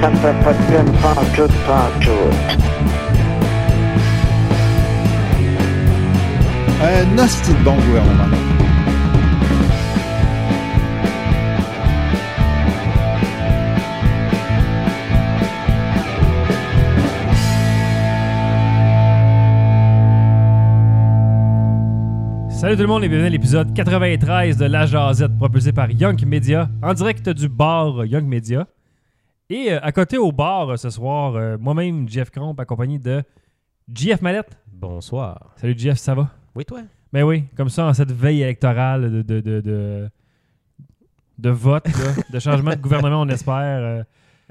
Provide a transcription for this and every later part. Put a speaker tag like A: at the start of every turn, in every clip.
A: ça me fait pas de peine pantoute, pantoute.
B: Un hostie de bon gouvernement.
C: Salut tout le monde et bienvenue à l'épisode 93 de La Jazette proposé par Young Media en direct du bar euh, Young Media. Et euh, à côté au bar euh, ce soir, euh, moi-même, Jeff Cromp, accompagné de JF Mallette.
D: Bonsoir.
C: Salut JF, ça va?
D: Oui, toi?
C: Ben oui, comme ça, en cette veille électorale de, de, de, de, de vote, là, de changement de gouvernement, on espère. euh,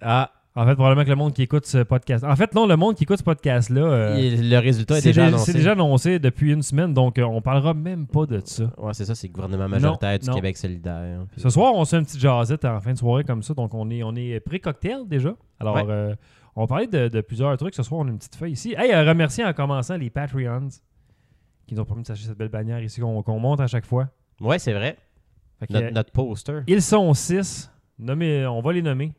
D: Ah,
C: en fait, probablement que le monde qui écoute ce podcast. En fait, non, le monde qui écoute ce podcast-là. euh,
D: il- le résultat est,
C: c'est
D: déjà
C: dé-
D: annoncé.
C: c'est déjà annoncé depuis une semaine, donc euh, on parlera même pas de ça.
D: Ouais, c'est ça, c'est le gouvernement majoritaire
C: Non,
D: du
C: non.
D: Québec solidaire. Puis-
C: Ce soir, on se fait une petite jasette en fin de soirée comme ça. Donc, on est, on est pré-cocktail déjà. Alors,
D: Ouais.
C: euh, on parlait de, de plusieurs trucs. Ce soir, on a une petite feuille ici. Hey, euh, remercier en commençant les Patreons qui nous ont permis de s'acheter cette belle bannière ici qu'on qu'on monte à chaque fois.
D: Ouais, c'est vrai.
C: Fait que,
D: Notre,
C: euh,
D: notre poster.
C: Ils sont six. Nommé- on va les nommer.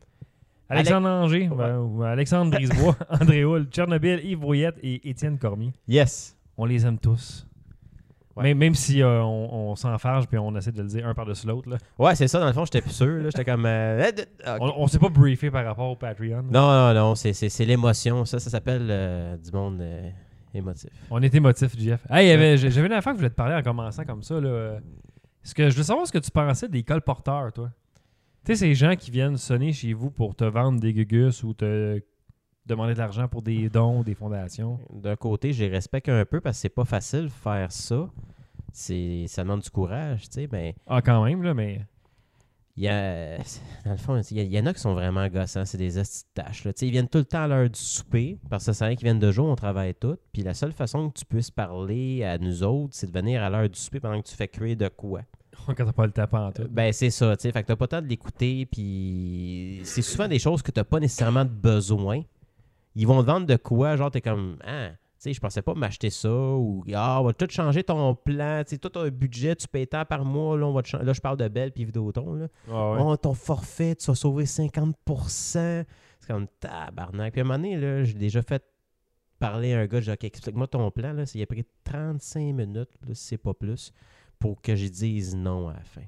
C: Alexandre Anger, ben, ou Alexandre Brisebois, André Houle, Tchernobyl, Yves Brouillette et Étienne Cormier.
D: Yes.
C: On les aime tous.
D: Ouais.
C: Même, même si euh, on, on s'enfarge puis on essaie de le dire un par-dessus l'autre. là.
D: Ouais, c'est ça, dans le fond, j'étais plus sûr. là. J'étais comme. euh, eh, de- ah, ok.
C: On, on s'est pas briefé par rapport au Patreon. là.
D: Non, non, non, c'est- c'est c'est l'émotion. Ça, ça s'appelle euh, du monde euh, émotif.
C: On est émotif, Jeff. Hey, il y avait- j'ai- j'avais une affaire que je voulais te parler en commençant comme ça. Là. Ce que, je veux savoir ce que tu pensais des colporteurs, toi. Tu sais, ces gens qui viennent sonner chez vous pour te vendre des gugus ou te demander de l'argent pour des dons, des fondations.
D: D'un côté, je les respecte un peu parce que c'est pas facile de faire ça. C'est- Ça demande du courage, tu sais, ben, mais
C: Ah, quand même, là, mais.
D: Il y a, dans le fond, il y, a- il y en a qui sont vraiment gossants, c'est des hosties de tâches. là. Tu sais, Ils viennent tout le temps à l'heure du souper, parce que c'est vrai qu'ils viennent de jour, on travaille tout. Puis la seule façon que tu puisses parler à nous autres, c'est de venir à l'heure du souper pendant que tu fais cuire de quoi.
C: Quand t'as pas le tapant en tout.
D: Ben, c'est ça, tu sais. Fait que t'as pas le temps de l'écouter, puis c'est souvent des choses que t'as pas nécessairement de besoin. Ils vont te vendre de quoi, genre, t'es comme, ah, tu sais, je pensais pas m'acheter ça, ou, ah, on va tout changer ton plan, tu sais, toi, t'as un budget, tu payes tant par mois, là, on va te chan- Là, je parle de Belle puis Vidéoton, là. Oh, ton forfait, tu vas sauver 50 C'est comme tabarnak. Puis à un moment donné, là, j'ai déjà fait parler à un gars, j'ai dit, OK, explique-moi ton plan. Là. Il a pris 35 minutes, là, si c'est pas plus, pour que j'y dise non à la fin.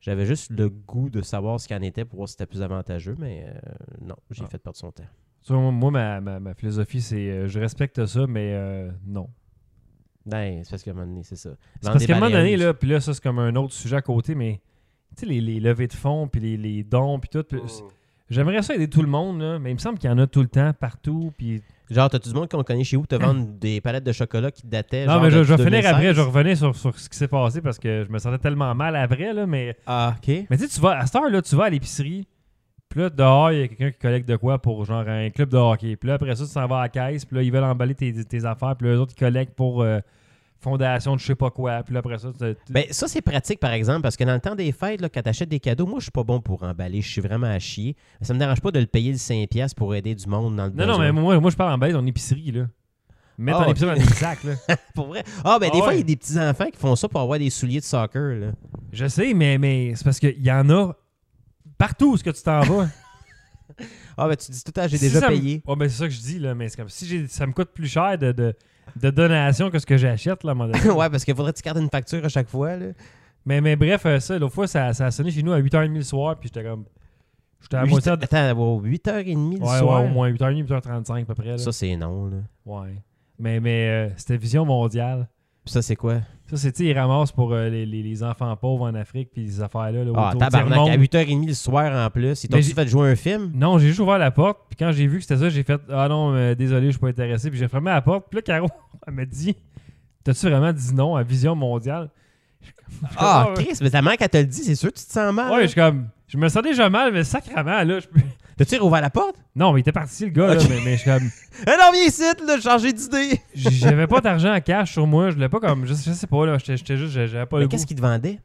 D: J'avais juste le goût de savoir ce qu'il en était pour voir si c'était plus avantageux, mais euh, non, j'ai
C: Ah.
D: fait perdre son temps.
C: Tu vois, moi, ma, ma- ma philosophie, c'est euh, je respecte ça, mais euh, non.
D: Ben, c'est parce qu'à un moment donné, c'est ça.
C: C'est
D: Vendre
C: parce
D: des
C: qu'à un moment donné,
D: baleines,
C: là, puis là, ça, c'est comme un autre sujet à côté, mais tu sais, les, les levées de fonds, puis les, les dons, puis tout. puis c'est- J'aimerais ça aider tout le monde, là, mais il me semble qu'il y en a tout le temps, partout, puis...
D: Genre, t'as-tu du monde qu'on connaît chez vous te vendre des palettes de chocolat qui dataient?
C: Non,
D: genre,
C: mais je,
D: de
C: je vais finir
D: 2016?
C: après, je revenais sur, sur ce qui s'est passé, parce que je me sentais tellement mal après, là, mais...
D: Ah, OK.
C: Mais tu sais, tu vas, à cette heure-là, tu vas à l'épicerie, puis là, dehors, il y a quelqu'un qui collecte de quoi pour, genre, un club de hockey. Puis là, après ça, tu s'en vas à la caisse, puis là, ils veulent emballer tes, tes affaires, puis là, eux autres, ils collectent pour... euh, fondation de je sais pas quoi, puis là, après ça... tu- tu-
D: Ben, ça, c'est pratique, par exemple, parce que dans le temps des fêtes, là, quand t'achètes des cadeaux, moi, je suis pas bon pour emballer. Je suis vraiment à chier. Ça me dérange pas de le payer le 5$ piastres pour aider du monde dans le
C: Non, non,
D: besoin.
C: mais moi, moi je parle en baisse en épicerie, là. Mettre
D: ben, Ah,
C: en épicerie
D: ok.
C: dans des sacs, là.
D: Pour vrai. Ah, ben, des
C: Ah
D: fois, il y
C: ouais.
D: a des petits-enfants qui font ça pour avoir des souliers de soccer, là.
C: Je sais, mais, mais c'est parce qu'il y en a partout où ce que tu t'en vas.
D: Ah, ben, tu dis tout à j'ai
C: Si
D: déjà
C: ça me-
D: payé.
C: Ouais, ben, c'est ça que je dis, là, mais c'est comme si j'ai- ça me coûte plus cher de, de, de donation que ce que j'achète, là, à un moment donné.
D: ouais, parce qu'il faudrait que tu gardes une facture à chaque fois, là.
C: mais, mais bref, euh, ça, l'autre fois, ça, ça a sonné chez nous à 8h30 le soir, puis j'étais comme. J'étais à
D: Huit-
C: moitié. de-
D: Attends, wow, 8h30 le
C: Ouais,
D: soir.
C: ouais, au moins 8h30, 8h35 à peu près. là.
D: Ça, c'est non, là.
C: Ouais. Mais, mais euh, c'était Vision Mondiale.
D: Puis Ça, c'est quoi?
C: Ça, c'est, tu sais, ils ramassent pour euh, les, les- les enfants pauvres en Afrique, puis les affaires-là. Là,
D: Ah,
C: autour du
D: tabarnak.
C: tiers-monde.
D: À 8h30 le soir, en plus. Ils
C: Mais
D: t'ont-tu
C: j'ai-
D: fait jouer un film?
C: Non, j'ai juste ouvert la porte, puis quand j'ai vu que c'était ça, j'ai fait Ah non, euh, désolé, je suis pas intéressé, puis j'ai fermé la porte. Puis là, Caro, elle m'a dit T'as-tu vraiment dit non à Vision Mondiale Je suis comme- je suis
D: Ah,
C: comme,
D: Chris, mais ta mère, quand te le dit, c'est sûr que tu te sens mal.
C: Ouais,
D: Ah, là.
C: je suis comme. Je me sens déjà mal, mais sacrément, là. je peux-
D: T'as-tu rouvert la porte?
C: Non, mais il était parti, le gars, là,
D: Ok.
C: mais, mais je suis comme.
D: Ah non, viens ici, là, changer d'idée.
C: J'avais pas d'argent en cash sur moi, je l'ai pas comme. Je, je sais pas, là. J'étais j'étais juste. J'avais pas
D: Mais
C: le
D: qu'est-ce
C: goût.
D: qu'il te vendait?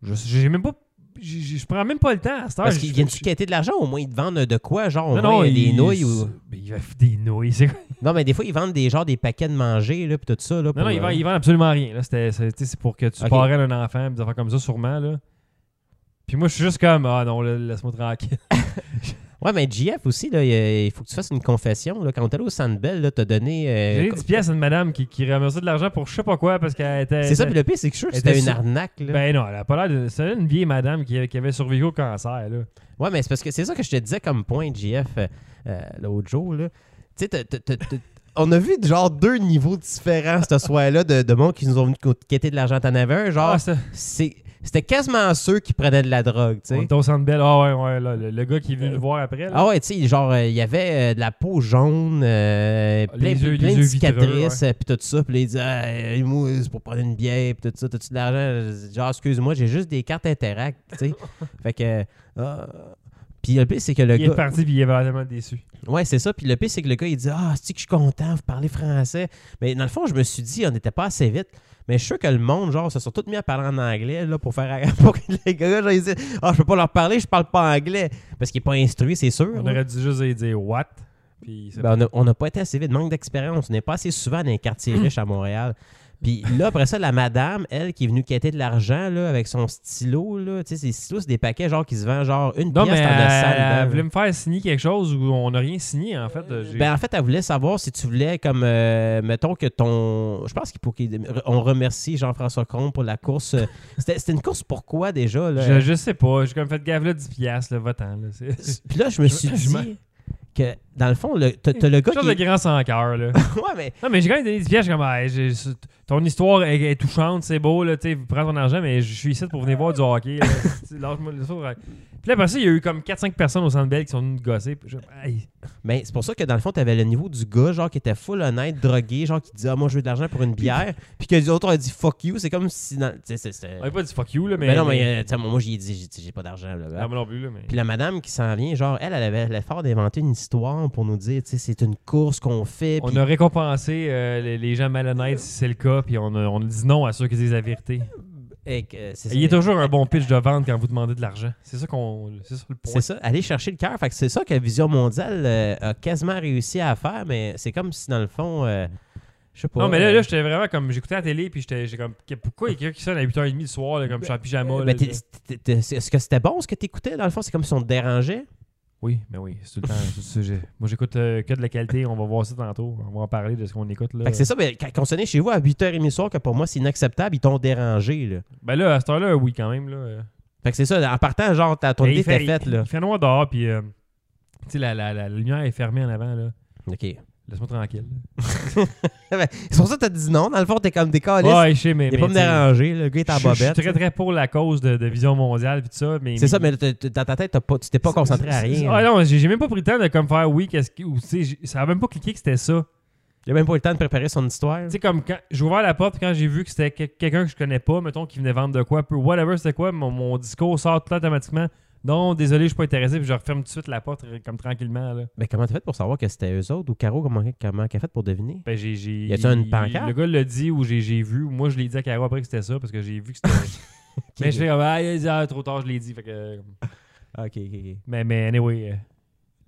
C: Je- J'ai même pas. j'ai- j'ai- Je prends même pas le temps à cette heure.
D: Parce qu'ils
C: je-
D: viennent-tu
C: je-
D: quêter de l'argent? Au moins, ils te vendent de quoi? Genre, au
C: Non,
D: moins,
C: non,
D: des
C: il-
D: nouilles ou.
C: Ben, il va f- des nouilles, c'est quoi?
D: Non, mais des fois, ils vendent des genre des paquets de manger, là, pis tout ça, là.
C: Non,
D: pour,
C: non, ils
D: euh,
C: vendent, ils vendent absolument rien. là. C'était- C'est tu sais, c'est pour que tu
D: Ok.
C: parraines un enfant, pis des affaires comme ça, sûrement. Là. Puis moi, je suis juste comme, ah non, là, laisse-moi tranquille.
D: Ouais, mais GF aussi, là, il euh, il faut que tu fasses une confession. Là. Quand t'es allé au Sandbell, t'as donné. euh,
C: J'ai
D: co-
C: 10 pièces à une madame qui, qui ramassait de l'argent pour je sais pas quoi parce qu'elle était.
D: C'est ça, puis le pire, c'est que je suis sûr que
C: Elle était
D: c'était une
C: sur-
D: arnaque. Là.
C: Ben non, elle a pas l'air de. C'est une vieille madame qui, qui avait survécu au cancer, là.
D: Ouais, mais c'est parce que c'est ça que je te disais comme point, JF, euh, euh, l'autre jour. là. Tu sais, t'as- t'as- t'as- t'as- on a vu genre deux niveaux différents ce soir-là de, de monde qui nous ont venus co- quêter de l'argent. T'en avais un, genre,
C: Ah, ça.
D: c'est- c'était quasiment ceux qui prenaient de la drogue, tu
C: On
D: sais.
C: était au centre belle. Ah ouais, ouais, là, le, le gars qui est venu le voir après, là.
D: Ah ouais, tu sais, genre, euh, il y avait euh, de la peau jaune, euh,
C: Ah,
D: plein,
C: les yeux-
D: plein
C: les
D: de
C: yeux
D: cicatrices, euh, puis tout ça. Puis là, il dit, ah, moi, c'est pour prendre une bière, puis tout ça, t'as-tu de l'argent? Je dis, Genre, excuse-moi, j'ai juste des cartes Interact, tu sais. fait que. ah. puis le pire, c'est que le
C: il
D: gars.
C: est parti puis il est vraiment déçu.
D: Ouais, c'est ça. Puis le pire, c'est que le gars, il dit Ah, c'est que je suis content, vous parlez français. Mais dans le fond, je me suis dit, on n'était pas assez vite. Mais je suis sûr que le monde, genre, se sont tous mis à parler en anglais, là, pour faire. pour que les gars, genre, ils disent Ah, je peux pas leur parler, je parle pas anglais. Parce qu'il n'est pas instruit, c'est sûr.
C: On
D: là.
C: aurait dû juste lui dire what. Puis c'est
D: Ah Ben, on a- on n'a pas été assez vite, manque d'expérience. On n'est pas assez souvent dans les quartiers riches à Montréal. Puis là, après ça, la madame, elle, qui est venue quêter de l'argent, là, avec son stylo, là, tu sais, ces stylos, c'est des paquets, genre, qui se vendent, genre, une
C: Non,
D: pièce
C: mais
D: dans
C: elle,
D: le salle. ben,
C: elle
D: dedans, là.
C: voulait me faire signer quelque chose où on n'a rien signé, en fait. J'ai-
D: Ben, en fait, elle voulait savoir si tu voulais, comme, euh, mettons que ton. Je pense qu'il faut qu'il- on remercie Jean-François Combe pour la course. euh, C'était c'était une course pourquoi déjà? Là?
C: je, je sais pas. J'ai comme fait gaffe là 10 piastres, le votant. Là. C'est
D: Puis là, je me
C: je-
D: suis
C: je m'en-
D: dit que, dans le fond, le- t'as t'as le gars
C: quelque chose de
D: qui.
C: grand sans cœur, là.
D: Ouais, mais.
C: non, mais j'ai quand même donné 10 piastres. j'ai comme, Ah, j'ai- c'est- ton histoire est, est touchante, c'est beau, là. Tu sais, prends ton argent, mais je suis ici pour venir voir du hockey. là. C'est- Lâche-moi le sourd. Puis là, parce qu'il y a eu comme 4-5 personnes au centre belle qui sont venues me gosser. Puis je- Aïe.
D: Mais c'est pour ça que dans le fond, t'avais le niveau du gars, genre, qui était full honnête, drogué, genre, qui disait, ah, moi, je veux de l'argent pour une bière. Puis que les autres, on a dit, fuck you. C'est comme si. dans- tu sais, c'est- c'est-
C: On n'a pas dit fuck you, là, mais.
D: Mais, non, mais, euh, tu sais, moi, j'ai dit, j'ai dit, j'ai pas d'argent. là.
C: Ah, moi non plus, là. Mais...
D: Puis la madame qui s'en vient, genre, elle, elle avait l'effort d'inventer une histoire pour nous dire, tu sais, c'est une course qu'on fait.
C: On
D: puis-
C: a récompensé euh, les, les gens malhonnêtes si c'est le cas, puis on a, on a dit non à ceux qui disent la vérité.
D: et que, euh, c'est ça.
C: Il y a toujours un bon pitch de vente quand vous demandez de l'argent. C'est ça qu'on. C'est ça le point.
D: C'est ça, aller chercher le cœur. Fait que c'est ça que Vision Mondiale euh, a quasiment réussi à faire, mais c'est comme si, dans le fond, euh, je sais pas.
C: Non, mais là,
D: euh,
C: là j'étais vraiment comme. J'écoutais la télé, puis j'étais j'étais comme. que- Pourquoi il y a quelqu'un qui sonne à 8h30 du soir, là, comme je suis en pyjama?
D: ben,
C: là,
D: t'es-
C: là?
D: t'es- t'es- Est-ce que c'était bon ce que t'écoutais? Dans le fond, c'est comme si on te dérangeait.
C: Oui, mais oui, c'est tout le temps. c'est tout le sujet. Moi, j'écoute euh, que de la qualité. On va voir ça tantôt. On va en parler de ce qu'on écoute. Là.
D: Fait que c'est ça, mais quand on sonnait chez vous à 8h30 le soir, que pour moi, c'est inacceptable, ils t'ont dérangé, là.
C: Ben là, à cette heure-là, oui, quand même. Là, euh.
D: Fait que c'est ça, en partant, genre, ta- ton
C: Mais Ben, il
D: idée était
C: fait-
D: faite,
C: il-
D: là.
C: Il fait noir dehors, puis. euh, tu sais, la, la- la- la lumière est fermée en avant, là.
D: OK.
C: Laisse-moi tranquille.
D: Ben, c'est pour ça que t'as dit non. Dans le fond, t'es comme des câlisses.
C: Ouais, je sais, mais.
D: Ah, Il est
C: mais
D: pas me
C: tu sais,
D: déranger, le gars est en
C: Je- Je suis
D: bobette.
C: très très pour la cause de, de vision mondiale et tout ça, mais
D: C'est ça, mais là, t'as- t'as- dans ta tête, t'as pas- tu t'es pas concentré à rien.
C: Ah non, j'ai j'ai même pas pris le temps de comme faire oui, qu'est-ce que ou, tu sais, j'ai- ça a même pas cliqué que c'était ça.
D: Il a même pas eu le temps de préparer son histoire.
C: Tu sais comme quand j'ai ouvert la porte quand j'ai vu que c'était que- quelqu'un que je connais pas, mettons qui venait vendre de quoi, peu whatever, c'était quoi, mon, mon discours sort tout le temps automatiquement. Non, désolé, je suis pas intéressé, puis je referme tout de suite la porte euh, comme tranquillement là.
D: Mais comment t'as fait pour savoir que c'était eux autres ou Caro, comment comment qu'elle a fait pour deviner?
C: Ben, j'ai, j'ai,
D: Y a-tu une pancarte?
C: Le gars l'a dit ou j'ai, j'ai vu. ou Moi, je l'ai dit à Caro après que c'était ça parce que j'ai vu que c'était. mais je fais comme, ah, il a dit, ah, trop tard, je l'ai dit. Fait que,
D: Ah, Ok, ok,
C: mais, mais anyway, euh,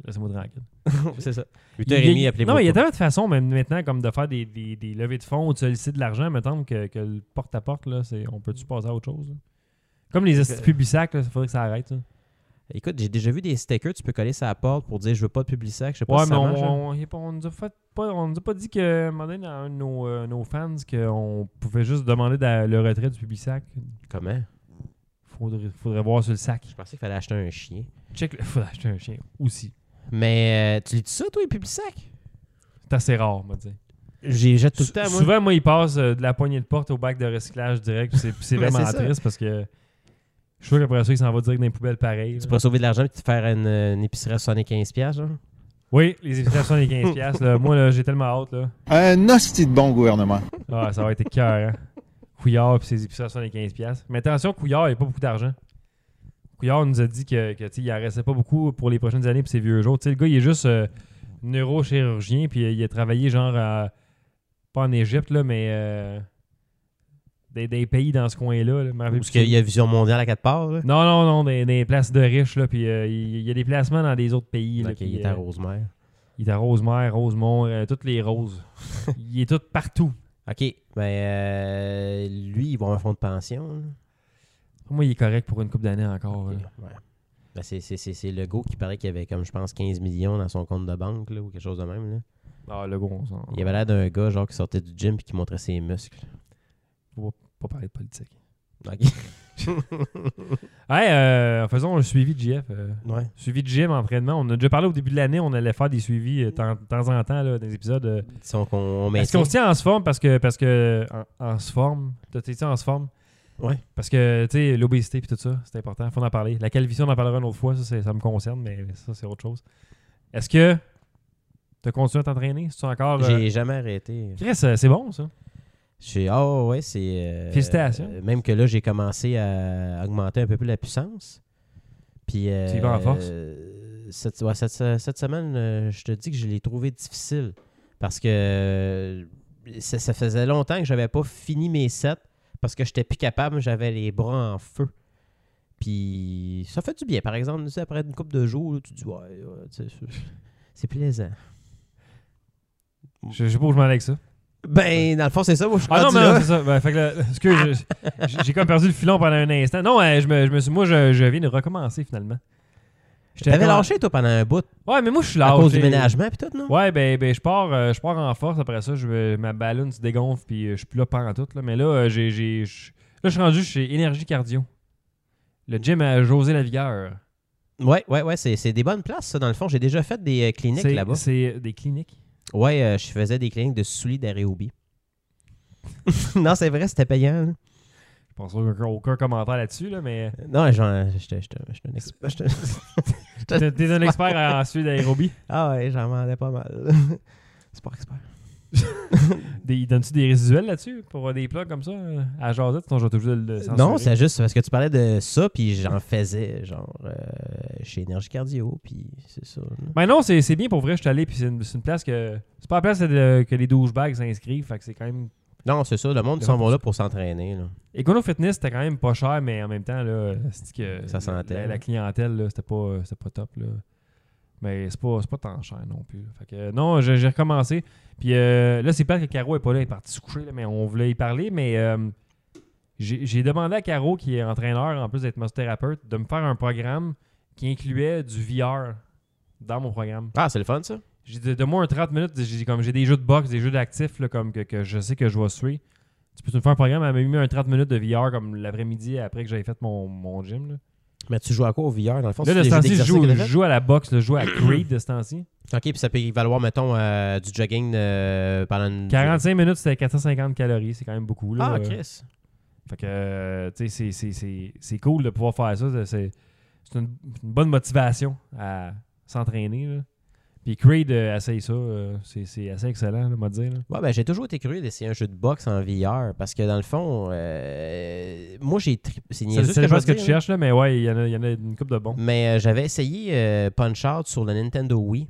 C: laissez-moi tranquille.
D: ok. c'est ça.
C: Il y
D: 8h30,
C: a-
D: appelez-vous.
C: Non, mais il y a tellement de façons même maintenant comme de faire des, des, des levées de fonds ou de solliciter de l'argent, mettons, que, que le porte-à-porte, là, c'est, on peut-tu passer à autre chose? là? Comme les estis publisacs, il faudrait que ça arrête. ça.
D: Écoute, j'ai déjà vu des stickers, tu peux coller sur la porte pour dire je veux pas de publicité, je sais pas
C: Ouais,
D: si
C: mais
D: ça
C: on,
D: marche. hein.
C: on- y a pas- on nous a fait pas, on nous a pas dit que, à un moment donné, dans un de nos, euh, nos fans, qu'on pouvait juste demander d'a- le retrait du publisac.
D: Comment?
C: Faudrait, faudrait voir sur le sac.
D: Je pensais qu'il fallait acheter un chien.
C: Check, le... faudrait acheter un chien aussi.
D: Mais euh, tu lis ça, toi, les publicsacs?
C: C'est assez rare, on va dire.
D: J'ai jette tout le
C: Sou-
D: temps, moi.
C: Souvent, moi, ils passent euh, de la poignée de porte au bac de recyclage direct. puis C'est puis c'est
D: Ben,
C: vraiment
D: c'est ça.
C: triste parce que je suis sûr qu'après ça, ils s'en vont direct dans les poubelles pareilles.
D: Tu pourrais sauver de l'argent et te faire une, une épicerie à 75$, genre.
C: Oui, les invitations des 15$. piastres, là. Moi, là, j'ai tellement hâte. Là.
B: Un hostie de bon gouvernement.
C: Ah, ça va être cœur. Hein? Couillard puis ses invitations des 15$. piastres. Mais attention, Couillard, il n'y a pas beaucoup d'argent. Couillard nous a dit que, que, tu sais, il n'en restait pas beaucoup pour les prochaines années puis ses vieux jours. Tu sais, le gars, il est juste euh, neurochirurgien puis euh, il a travaillé genre à- pas en Égypte, là, mais euh, des, des pays dans ce coin-là. là. Je me rappelle
D: Parce
C: plus
D: qu'il y a Vision Mondiale à quatre parts, là.
C: Non, non, non, des, des places de riches, là, puis euh, il il y a des placements dans des autres pays. là,
D: Ok,
C: puis,
D: il est à
C: euh,
D: Rosemère.
C: il est à Rosemère, Rosemont, euh, toutes les roses. il est tout partout.
D: OK. Ben, euh, lui, il va avoir un fonds de pension. là.
C: Pour moi, il est correct pour une couple d'années encore.
D: Ok,
C: là.
D: ouais. Ben, c'est- c'est c'est- c'est Legault qui paraît qu'il avait, comme je pense, 15 millions dans son compte de banque là, ou quelque chose de même. Là.
C: Ah, le bon sens.
D: Il avait l'air d'un gars genre qui sortait du gym et qui montrait ses muscles.
C: Pas parler de politique.
D: Ok.
C: Hey, euh, faisons un suivi de JF. euh,
D: ouais.
C: suivi de gym, entraînement. On a déjà parlé au début de l'année, on allait faire des suivis euh, temps- de temps en temps là, dans les épisodes. euh,
D: Donc, on, on
C: Est-ce qu'on
D: maintient-
C: se tient en se forme parce que. Parce que en, en se forme. T'as- T'es-tu en se forme?
D: Ouais.
C: Parce que, tu sais, l'obésité puis tout ça, c'est important. Faut en parler. La calvitie, on en parlera une autre fois. Ça, c'est- ça me concerne, mais ça, c'est autre chose. Est-ce que. Tu continues à t'entraîner? C'est encore. euh,
D: J'ai jamais arrêté.
C: Chris, euh, c'est bon, ça.
D: J'ai- Ah ouais, c'est. euh,
C: Félicitations.
D: euh, même que là, j'ai commencé à augmenter un peu plus la puissance. Puis. euh,
C: Tu y vas en force?
D: euh, cette, ouais, cette, cette semaine, euh, je te dis que je l'ai trouvé difficile. Parce que euh, ça, ça faisait longtemps que j'avais pas fini mes sets. Parce que j'étais plus capable, j'avais les bras en feu. Puis ça fait du bien. Par exemple, tu sais, après une couple de jours, là, tu dis, ouais, ouais, tu sais, c'est- c'est plaisant.
C: Je, je sais pas où je m'en allais avec ça.
D: Ben, dans le fond, c'est ça. moi, je suis
C: Ah non,
D: rendu
C: mais
D: là.
C: non, c'est ça. Ben, fait que là, excuse,
D: Ah.
C: je- j'ai- j'ai comme perdu le filon pendant un instant. Non, euh, je me, je me suis, moi, je, je viens de recommencer finalement. J'étais
D: T'avais
C: comme-
D: lâché, toi, pendant un bout,
C: Ouais, mais moi, je suis
D: à
C: lâche.
D: cause du
C: t'sais.
D: ménagement puis tout, non?
C: Ouais, ben, ben je, pars, euh, je pars en force. Après ça, je, vais- ma ballonne se dégonfle puis euh, je suis plus là pendant tout. Là. Mais là, euh, j'ai, j'ai- je- là, je suis rendu chez Énergie Cardio. Le gym à José Lavigueur.
D: Ouais, ouais, ouais, c'est c'est des bonnes places, ça, dans le fond. J'ai déjà fait des euh, cliniques
C: C'est-
D: là-bas.
C: C'est des cliniques.
D: Ouais, euh, je faisais des cliniques de souliers d'aréobie. non, c'est vrai, c'était payant. hein. là.
C: Je pense qu'il n'y a aucun commentaire là-dessus, là, mais
D: Non, j'en- j'étais j'étais- j'étais un expert. j'étais-
C: t'es, t'es un expert en suivi d'aérobie.
D: Ah ouais, j'en vendais pas mal. Sport expert.
C: Des, ils donnent-tu des résiduels là-dessus pour euh, des plugs comme ça euh, à Josette? Sinon, je vais toujours le- le censurer.
D: Non, c'est juste parce que tu parlais de ça, puis j'en faisais, genre, euh, chez Énergie Cardio, puis c'est ça. là.
C: Ben non, c'est c'est bien pour vrai, je suis allé, puis c'est une, c'est une place que. C'est pas la place de- que les douchebags s'inscrivent, fait que c'est quand même.
D: Non, c'est ça, le monde
C: Le
D: s'en
C: monde-
D: va là pour s'entraîner. là.
C: Econo Fitness, c'était quand même pas cher, mais en même temps, là, c'est que.
D: Ça sentait. hein.
C: La, la clientèle, là, c'était pas, c'était pas top, là. Mais c'est pas, c'est pas tant cher non plus. là. Fait que, euh, non, j'ai j'ai recommencé. Puis euh, là, c'est pas que Caro est pas là, elle est partie se coucher, là, mais on voulait y parler, mais. euh, j'ai j'ai demandé à Caro, qui est entraîneur en plus d'être massothérapeute, de me faire un programme qui incluait du VR dans mon programme.
D: Ah, c'est le fun, ça?
C: J'ai dit, donne-moi un 30 minutes. J'ai dit, comme j'ai des jeux de boxe, des jeux d'actifs là, comme que, que je sais que je vais suer. Tu peux me faire un programme? Elle m'a mis un 30 minutes de VR comme l'après-midi après que j'avais fait mon, mon gym. Là,
D: Mais tu joues à quoi au VR, dans le fond?
C: là de ce
D: c'est des jeux
C: temps-ci, je
D: d'exercice
C: joue,
D: que t'as
C: je
D: fait?
C: joue à la boxe, là, je joue à Creed de ce temps-ci.
D: OK, puis ça peut valoir, mettons, euh, du jogging euh, pendant une...
C: 45 minutes, c'était 450 calories. C'est quand même beaucoup. Là,
D: Ah,
C: Euh,
D: Chris.
C: Fait que, euh, tu sais, c'est- c'est- c'est- c'est cool de pouvoir faire ça. C'est- C'est c'est une, une bonne motivation à s'entraîner. là. Puis Creed, euh, essaye ça. euh, c'est c'est assez excellent, là, moi dire. là.
D: Ouais, ben, j'ai toujours été curieux d'essayer un jeu de boxe en VR parce que, dans le fond, euh, moi, j'ai... tri- C'est
C: C'est
D: niaiseux
C: c'est
D: je
C: pas
D: vais
C: ce que
D: dire,
C: tu cherches, là, mais ouais, il y, en a- il y en a une coupe de bons.
D: Mais euh, j'avais essayé Punch-Out sur le Nintendo Wii.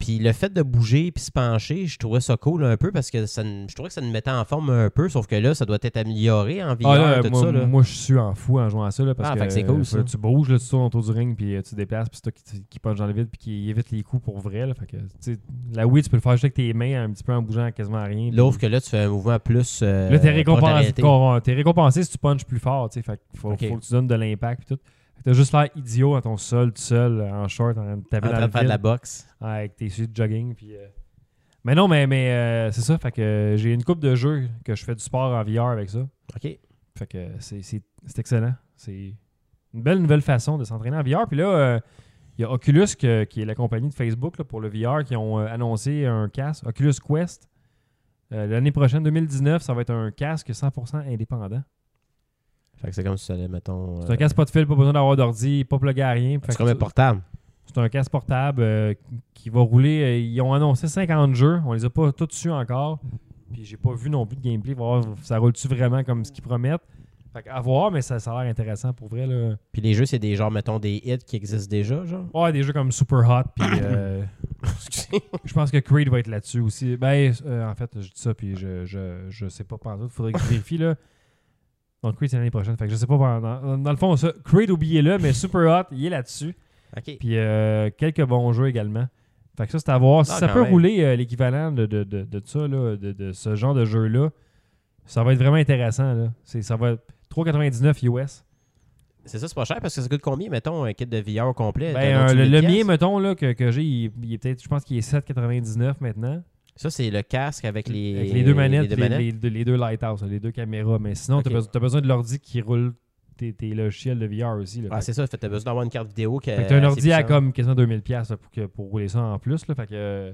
D: Puis le fait de bouger puis se pencher, je trouvais ça cool un peu parce que ça, ne- je trouvais que ça me mettait en forme un peu, sauf que là, ça doit être amélioré en VR,
C: Ah, là,
D: tout
C: moi,
D: ça. Là.
C: moi, je suis en fou en jouant à ça là, parce
D: Ah,
C: que,
D: fait que c'est cool,
C: euh,
D: ça.
C: tu bouges, là, tu tournes autour du ring, puis euh, tu te déplaces, puis c'est toi qui, qui punch dans le vide, puis qui évite les coups pour vrai. Là, fait que, tu sais, la Wii, tu peux le faire juste avec tes mains, un petit peu en bougeant quasiment rien. puis-
D: Là, ouf, que là, tu fais un mouvement plus... euh,
C: là, t'es
D: proche de la
C: récompensé,
D: réalité.
C: cor- t'es récompensé si tu punches plus fort. tu sais, Fait que faut,
D: Ok.
C: faut que tu donnes de l'impact, puis tout. Fait que T'as juste l'air idiot à ton sol, tout seul, euh, en short, en train de
D: En
C: taper dans
D: train
C: le
D: de faire de
C: vide.
D: la boxe.
C: Ouais, avec tes suites de jogging. Puis, euh, Mais non, mais, mais euh, c'est ça. Fait que euh, j'ai une coupe de jeux que je fais du sport en VR avec ça.
D: OK.
C: Fait que c'est, c'est- c'est excellent. C'est une belle nouvelle façon de s'entraîner en VR. Puis là, euh, il y a Oculus, que- qui est la compagnie de Facebook là, pour le VR, qui ont euh, annoncé un casque, Oculus Quest. Euh, l'année prochaine, 2019, ça va être un casque 100% indépendant.
D: Fait que c'est comme si tu allais, mettons. euh,
C: C'est un casque pas de fil, pas besoin d'avoir d'ordi, pas plugué à rien. Fait
D: C'est
C: que
D: comme
C: ça-
D: un portable.
C: C'est un casque portable euh, qui va rouler. euh, Ils ont annoncé 50 jeux. On les a pas tous su encore. Puis j'ai pas vu non plus de gameplay. Voir ça roule-tu vraiment comme ce qu'ils promettent. Fait que à voir, mais ça, ça a l'air intéressant pour vrai. Là.
D: Puis les jeux, c'est des genres, mettons, des hits qui existent déjà, genre.
C: Ouais, des jeux comme Super Hot. Puis euh, je pense que Creed va être là-dessus aussi. Ben, euh, en fait, je dis ça. Puis je, je, je sais pas pendant tout. Faudrait que je vérifie. Là. Donc Creed, c'est l'année prochaine. Fait que je sais pas pendant. Dans, dans le fond, ça, Creed, oubliez-le. Mais Super Hot, il est là-dessus.
D: OK.
C: Puis euh, quelques bons jeux également. Fait que ça, c'est à voir. Si
D: Ah,
C: ça
D: quand
C: peut
D: même.
C: rouler euh, l'équivalent de, de, de, de ça, là, de, de ce genre de jeu-là, ça va être vraiment intéressant. Là. C'est, ça va être 3,99 US.
D: C'est ça, c'est pas cher parce que ça coûte combien, mettons, un kit de VR complet?
C: Ben,
D: T'en
C: euh,
D: as-tu
C: le,
D: 1000
C: le mien,
D: piastres?
C: mettons, là, que, que j'ai, il, il est peut-être, je pense qu'il est 7,99 maintenant.
D: Ça, c'est le casque avec les,
C: avec les deux manettes, les,
D: deux
C: les- les deux, les deux lighthouses, les deux caméras. Mais sinon,
D: Ok.
C: t'as besoin- t'as besoin de l'ordi qui roule tes, tes logiciels de VR aussi. Là.
D: Ah, c'est ça, fait que t'as besoin d'avoir une carte vidéo qui
C: Fait que t'as un ordi à comme quasiment 2000 pièces pour, que- pour rouler ça en plus. Là, fait que, euh,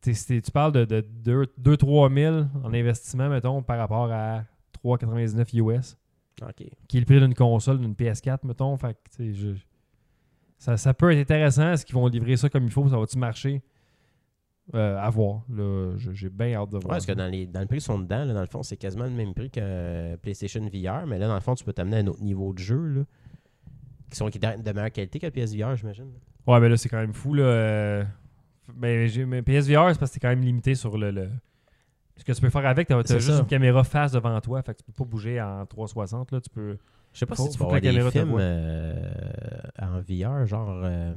C: t'sais, c'est- tu parles de, de 2-3 000 en investissement, mettons, par rapport à 3,99 US,
D: OK.
C: qui est le prix d'une console, d'une PS4, mettons. Fait que, t'sais, je- ça, ça peut être intéressant. Est-ce qu'ils vont livrer ça comme il faut? Ça va-tu marcher? Euh, à voir. Là, je- j'ai bien hâte de
D: Ouais,
C: voir.
D: parce que dans, les, dans le prix qu'ils sont dedans, là, dans le fond, c'est quasiment le même prix que euh, PlayStation VR, mais là, dans le fond, tu peux t'amener à un autre niveau de jeu, là, qui sont qui- de meilleure qualité que le PS VR, j'imagine.
C: Ouais, mais là, c'est quand même fou. Là. euh, Mais, j'ai- mais PSVR, c'est parce que t'es quand même limité sur le. le- Ce que tu peux faire avec, t'as t'as
D: C'est
C: juste
D: ça.
C: une caméra face devant toi, fait que tu peux pas bouger en 360. Là, tu peux...
D: Je sais pas
C: Faut-
D: si tu
C: faut
D: peux
C: que la caméra
D: avoir des
C: te
D: films
C: voie.
D: euh, en VR, genre... euh,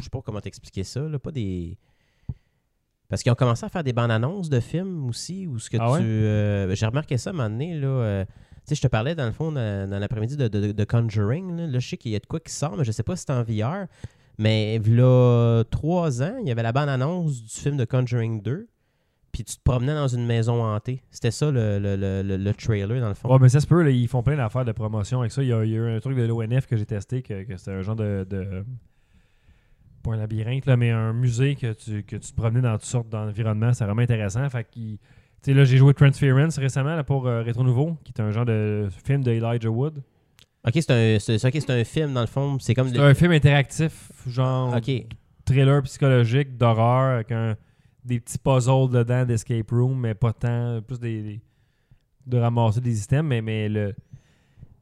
D: je sais pas comment t'expliquer ça, là, pas des... Parce qu'ils ont commencé à faire des bandes annonces de films aussi, où ce que
C: Ah ouais?
D: tu... euh, J'ai remarqué ça à un moment donné, là... euh, tu sais, je te parlais dans le fond, dans, dans l'après-midi, de, de- de Conjuring. Là. Là, je sais qu'il y a de quoi qui sort, mais je sais pas si c'est en VR. Mais là, trois ans, il y avait la bande-annonce du film de Conjuring 2. Puis tu te promenais dans une maison hantée. C'était ça le, le- le- le- le trailer, dans le fond.
C: Ouais, mais ça se peut, là, ils font plein d'affaires de promotion avec ça. Il y a, il y a eu un truc de l'ONF que j'ai testé, que, que c'était un genre de, de- Pas un labyrinthe, là, mais un musée que tu, que tu te promenais dans toutes sortes d'environnements. C'est vraiment intéressant. Fait qu'il- Tu sais, là, j'ai joué Transference récemment là, pour euh, Rétro Nouveau, qui est un genre de film de Elijah Wood.
D: Ok, c'est un, c'est, c'est- ok, c'est un film, dans le fond. C'est comme.
C: C'est
D: le-
C: un film interactif, genre
D: Ok.
C: thriller psychologique d'horreur avec un- des petits puzzles dedans d'escape room, mais pas tant, plus des, des- de ramasser des items, mais, mais le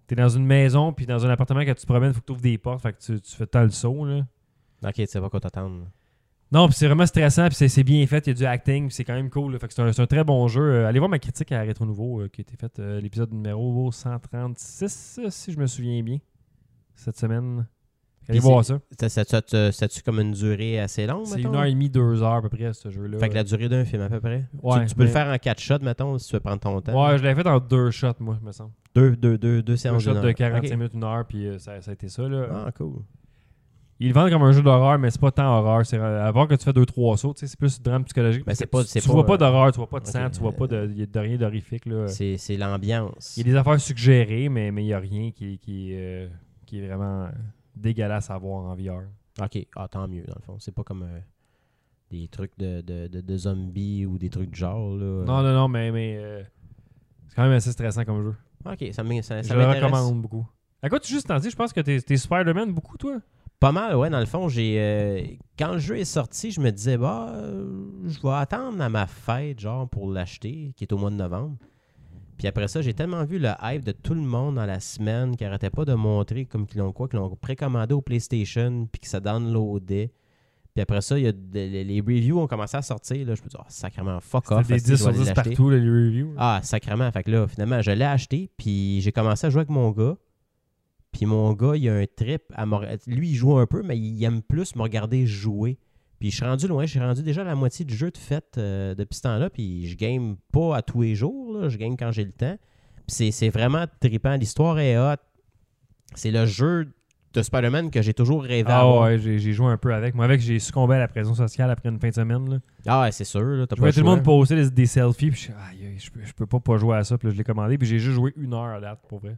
C: t'es dans une maison puis dans un appartement quand tu te promènes, faut que tu ouvres des portes, fait que tu, tu fais tant le saut là.
D: Ok, tu sais pas quoi t'attendre.
C: Non, puis c'est vraiment stressant, puis c'est- c'est bien fait, il y a du acting, puis c'est quand même cool. là. Fait que c'est un, c'est un très bon jeu. Euh, allez voir ma critique à Rétro Nouveau euh, qui a été faite euh, l'épisode numéro 136 euh, si je me souviens bien cette semaine. Allez
D: Puis
C: voir ça.
D: Ça, ça, ça, ça- ça a-tu comme une durée assez longue,
C: C'est
D: mettons?
C: une heure et demie, deux heures à peu près ce jeu là.
D: Fait que la durée d'un film, à peu près. Tu-
C: Ouais,
D: tu, peux le
C: mais-
D: faire en quatre shots, mettons, si tu veux prendre ton temps.
C: Ouais, je l'avais fait en deux shots, moi, me semble.
D: Deux, deux, deux, deux
C: Deux
D: séances
C: shots
D: d'une
C: de
D: heure.
C: 45
D: Ok.
C: minutes, une heure, puis euh, ça, ça a été ça. Là.
D: Ah, cool.
C: Ils le vendent comme un jeu d'horreur, mais c'est pas tant horreur. C'est euh, à part que tu fais deux, trois sauts, tu sais, c'est plus drame psychologique.
D: Ben,
C: parce
D: c'est
C: que
D: pas-
C: tu,
D: c'est
C: tu
D: pas,
C: vois
D: euh,
C: pas d'horreur, tu vois pas de
D: ok.
C: sang, tu vois pas de, y a de rien d'horrifique. là.
D: C'est, c'est l'ambiance.
C: Il y a des affaires suggérées, mais il mais n'y a rien qui, qui, euh, qui est vraiment euh, dégueulasse à voir en VR.
D: Ok, ah, tant mieux, dans le fond. C'est pas comme euh, des trucs de, de, de, de zombies ou des trucs de genre. Là.
C: Non, non, non, mais, mais euh, c'est quand même assez stressant comme jeu.
D: Ok, ça, m'in- Ben, ça,
C: Je
D: ça
C: le
D: m'intéresse.
C: recommande beaucoup. À quoi tu juste t'en dis Je pense que t'es es Spider-Man beaucoup, toi.
D: Pas mal, ouais. Dans le fond, j'ai euh, quand le jeu est sorti, je me disais, bah, euh, je vais attendre à ma fête, genre, pour l'acheter, qui est au mois de novembre. Puis après ça, j'ai tellement vu le hype de tout le monde dans la semaine qui arrêtait pas de montrer comme qu'ils l'ont quoi, qu'ils l'ont précommandé au PlayStation, puis que ça downloadait. Puis après ça, il y a de- les les reviews ont commencé à sortir. Là, je me dis, oh, sacrément, fuck
C: T'as
D: off.
C: des 10
D: esti, je vais
C: sur
D: aller
C: 10
D: l'acheter.
C: partout, là, les reviews.
D: Ah, sacrément. Fait que là, finalement, je l'ai acheté, puis j'ai commencé à jouer avec mon gars. Puis mon gars, il a un trip à me re- Lui, il joue un peu, mais il aime plus me regarder jouer. Puis je suis rendu loin, je suis rendu déjà à la moitié du jeu de fête euh, depuis ce temps-là. Puis je game pas à tous les jours, là. je game quand j'ai le temps. Puis c'est- c'est vraiment trippant. L'histoire est hot. C'est le jeu de Spider-Man que j'ai toujours rêvé à
C: Ah
D: avoir.
C: ouais, j'ai j'ai joué un peu avec. Moi, avec, j'ai succombé à la pression sociale après une fin de semaine. Là.
D: Ah ouais, c'est sûr. Là, t'as
C: Je
D: pas
C: voyais
D: hein? le
C: tout le
D: choix.
C: monde poster des, des selfies, puis je suis, aïe, aïe, je peux, je peux pas pas jouer à ça, puis là, je l'ai commandé, puis j'ai juste joué une heure à date, pour vrai.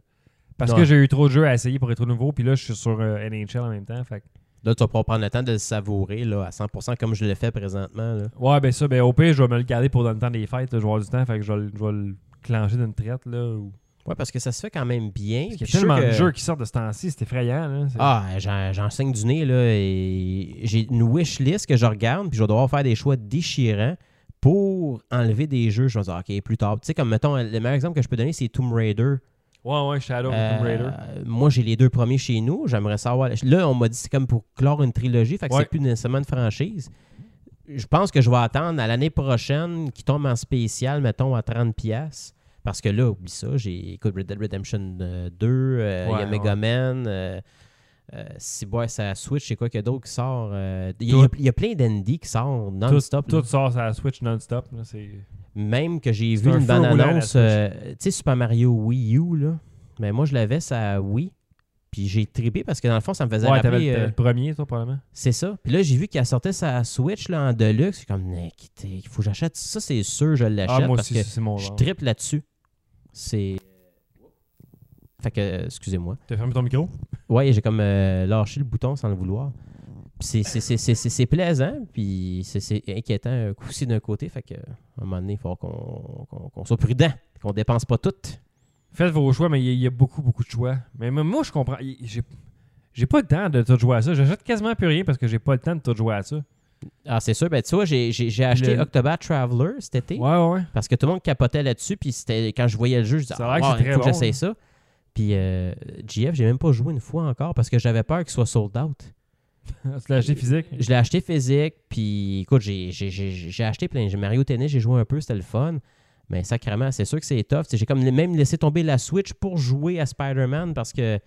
C: Parce
D: Ouais.
C: que j'ai eu trop de jeux à essayer pour être nouveau, puis là, je suis sur euh, NHL en même temps. Fait. que-
D: Là, tu vas pouvoir prendre le temps de le savourer là, à 100% comme je le fais présentement. Là.
C: Ouais, ben ça, ben au pire, je vais me le garder pour dans le temps des fêtes, là, je vais avoir du temps, fait que je vais, le- je vais le clencher d'une traite, là. Ou...
D: Ouais, parce que ça se fait quand même bien.
C: Parce
D: Puis
C: qu'il
D: je
C: y
D: suis
C: a tellement
D: sûr
C: de
D: que-
C: jeux qui sortent de ce temps-ci, c'est effrayant, là. C'est-
D: Ah, j'en j'en saigne du nez, là. et J'ai une wish list que je regarde, puis je vais devoir faire des choix déchirants pour enlever des jeux. Je vais me dire, OK, plus tard. Tu sais, comme mettons, le meilleur exemple que je peux donner, c'est Tomb Raider.
C: Ouais, ouais, Shadow,
D: Euh,
C: Tomb Raider.
D: moi, j'ai les deux premiers chez nous. J'aimerais savoir. Là, on m'a dit c'est comme pour clore une trilogie, fait que
C: Ouais.
D: c'est plus nécessairement une franchise. Je pense que je vais attendre à l'année prochaine qui tombe en spécial, mettons, à 30$. piastres. Parce que là, oublie ça, j'ai écoute, Red Dead Redemption euh, 2, euh, il y
C: Ouais,
D: a
C: ouais.
D: Megaman. euh, euh, si ouais, ça Switch, c'est quoi qu'il y a d'autre qui sort euh, Il y, a- il y a plein d'Andy qui sort non-stop. là.
C: Tout sort sur la Switch non-stop, là, c'est...
D: Même que j'ai
C: C'est
D: vu
C: un
D: une
C: feu roulant, la
D: bande-annonce,
C: Switch.
D: euh, tu sais, Super Mario Wii U, là. Mais moi, je l'avais, ça, oui. Puis j'ai tripé parce que dans le fond, ça me faisait
C: Ouais, t'avais
D: rappeler...
C: le,
D: euh,
C: t'avais le premier, toi, probablement.
D: c'est ça. Puis là, j'ai vu qu'elle sortait sa Switch là, en Deluxe. Je suis comme, Nick, t'es- il faut que j'achète ça, c'est sûr, je l'achète
C: Ah, moi
D: parce
C: aussi,
D: que
C: c'est mon
D: je
C: genre.
D: tripe là-dessus. C'est. Fait que, euh, excusez-moi.
C: T'as fermé ton micro?
D: Ouais, j'ai comme euh, lâché le bouton sans le vouloir. Puis c'est- c'est- c'est- c'est c'est- c'est plaisant, puis c'est- c'est inquiétant un coup aussi d'un côté. Fait que, à un moment donné, il faut qu'on qu'on- qu'on soit prudent, qu'on dépense pas tout.
C: Faites vos choix, mais il y a- il y, a beaucoup, beaucoup de choix. Mais même moi, je comprends. il- J'ai j'ai pas le temps de tout jouer à ça. J'achète quasiment plus rien parce que j'ai pas le temps de tout jouer à ça.
D: Ah, c'est sûr. Ben, tu vois, j'ai- j'ai j'ai acheté
C: le-
D: Octobat Traveler cet été.
C: Ouais, ouais, ouais.
D: Parce que tout le monde capotait là-dessus, puis c'était quand je voyais le jeu, je disais,
C: Ça a
D: ah,
C: l'air que
D: wow,
C: c'est
D: il
C: très
D: faut que
C: bon,
D: j'essaie
C: hein.
D: ça. Puis euh, GF, j'ai même pas joué une fois encore parce que j'avais peur qu'il soit sold out.
C: tu l'as acheté physique.
D: Je l'ai acheté physique, puis écoute, j'ai- j'ai j'ai- j'ai acheté plein. J'ai Mario Tennis, j'ai joué un peu, c'était le fun. Mais sacrément, c'est sûr que c'est tough. Tu sais, J'ai comme même laissé tomber la Switch pour jouer à Spider-Man parce que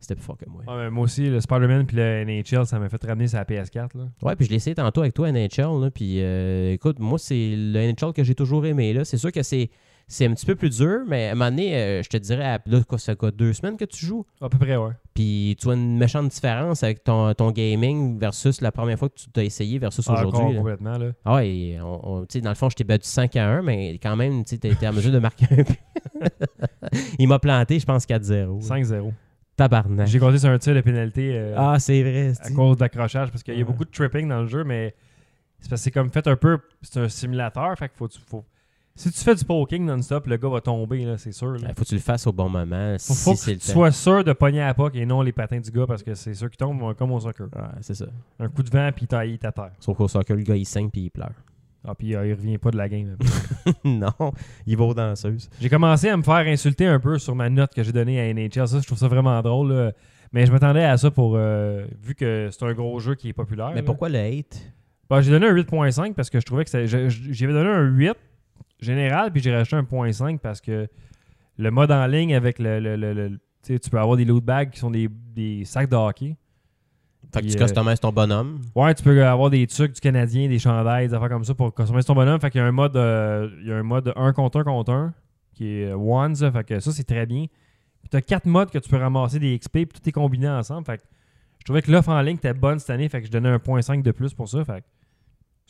D: c'était plus fort que moi.
C: Ouais, mais moi aussi, le Spider-Man puis le NHL, ça m'a fait ramener sur la PS4. Là.
D: Ouais, puis je l'ai essayé tantôt avec toi, NHL. Là, puis euh, écoute, moi, c'est le NHL que j'ai toujours aimé. là. C'est sûr que c'est, c'est un petit peu plus dur, mais à un moment donné, euh, je te dirais, à- là, quoi, ça fait deux semaines que tu joues.
C: À peu près, ouais.
D: Puis tu vois une méchante différence avec ton, ton gaming versus la première fois que tu t'as essayé versus
C: Ah, encore
D: aujourd'hui. là.
C: complètement. Là.
D: Ah, ouais, et on- on- tu sais, dans le fond, je t'ai battu 5 à 1, mais quand même, tu as été à mesure de marquer un but. Il m'a planté, je pense, 4-0.
C: 5-0.
D: Tabarnak.
C: J'ai compté sur un tir de pénalité euh,
D: Ah, c'est vrai.
C: à
D: c'est-tu.
C: cause d'accrochage parce qu'il y
D: Ouais.
C: a beaucoup de tripping dans le jeu, mais c'est parce que c'est comme fait un peu. C'est un simulateur, fait qu'il faut, tu- faut. Si tu fais du poking non-stop, le gars va tomber, là, c'est sûr. là.
D: Ah, Faut que tu le fasses au bon moment.
C: Faut,
D: si
C: faut
D: c'est
C: que
D: le
C: tu
D: temps.
C: sois sûr de pogner à la POC et non les patins du gars parce que c'est ceux qui tombent euh, comme au soccer.
D: Ouais, c'est ça.
C: Un coup de vent, puis t'as- il est à terre.
D: Sauf qu'au soccer, le gars, il saigne puis il pleure.
C: Ah, puis euh, il revient pas de la game.
D: non, il va aux danseuses.
C: J'ai commencé à me faire insulter un peu sur ma note que j'ai donnée à NHL. Ça, je trouve ça vraiment drôle. là. Mais je m'attendais à ça pour. euh, vu que c'est un gros jeu qui est populaire.
D: Mais
C: là.
D: pourquoi le hate?
C: Bah, j'ai donné un 8.5 parce que je trouvais que ça- je- je- j'avais donné un 8 général, puis j'ai rajouté un 0.5 parce que le mode en ligne avec le. le- le- le- tu sais, tu peux avoir des loot bags qui sont des, des sacs de hockey.
D: Fait que
C: Puis,
D: tu
C: euh,
D: customises ton bonhomme.
C: Ouais, tu peux avoir des trucs du Canadien, des chandails, des affaires comme ça pour customiser ton bonhomme. Fait qu'il y a un mode, euh, il y a un mode 1 contre 1 contre 1 qui est euh, ones. là. Fait que ça, c'est très bien. Puis t'as 4 modes que tu peux ramasser des XP, puis tout est combiné ensemble. Fait que je trouvais que l'offre en ligne était bonne cette année. Fait que je donnais un 0.5 de plus pour ça. Fait que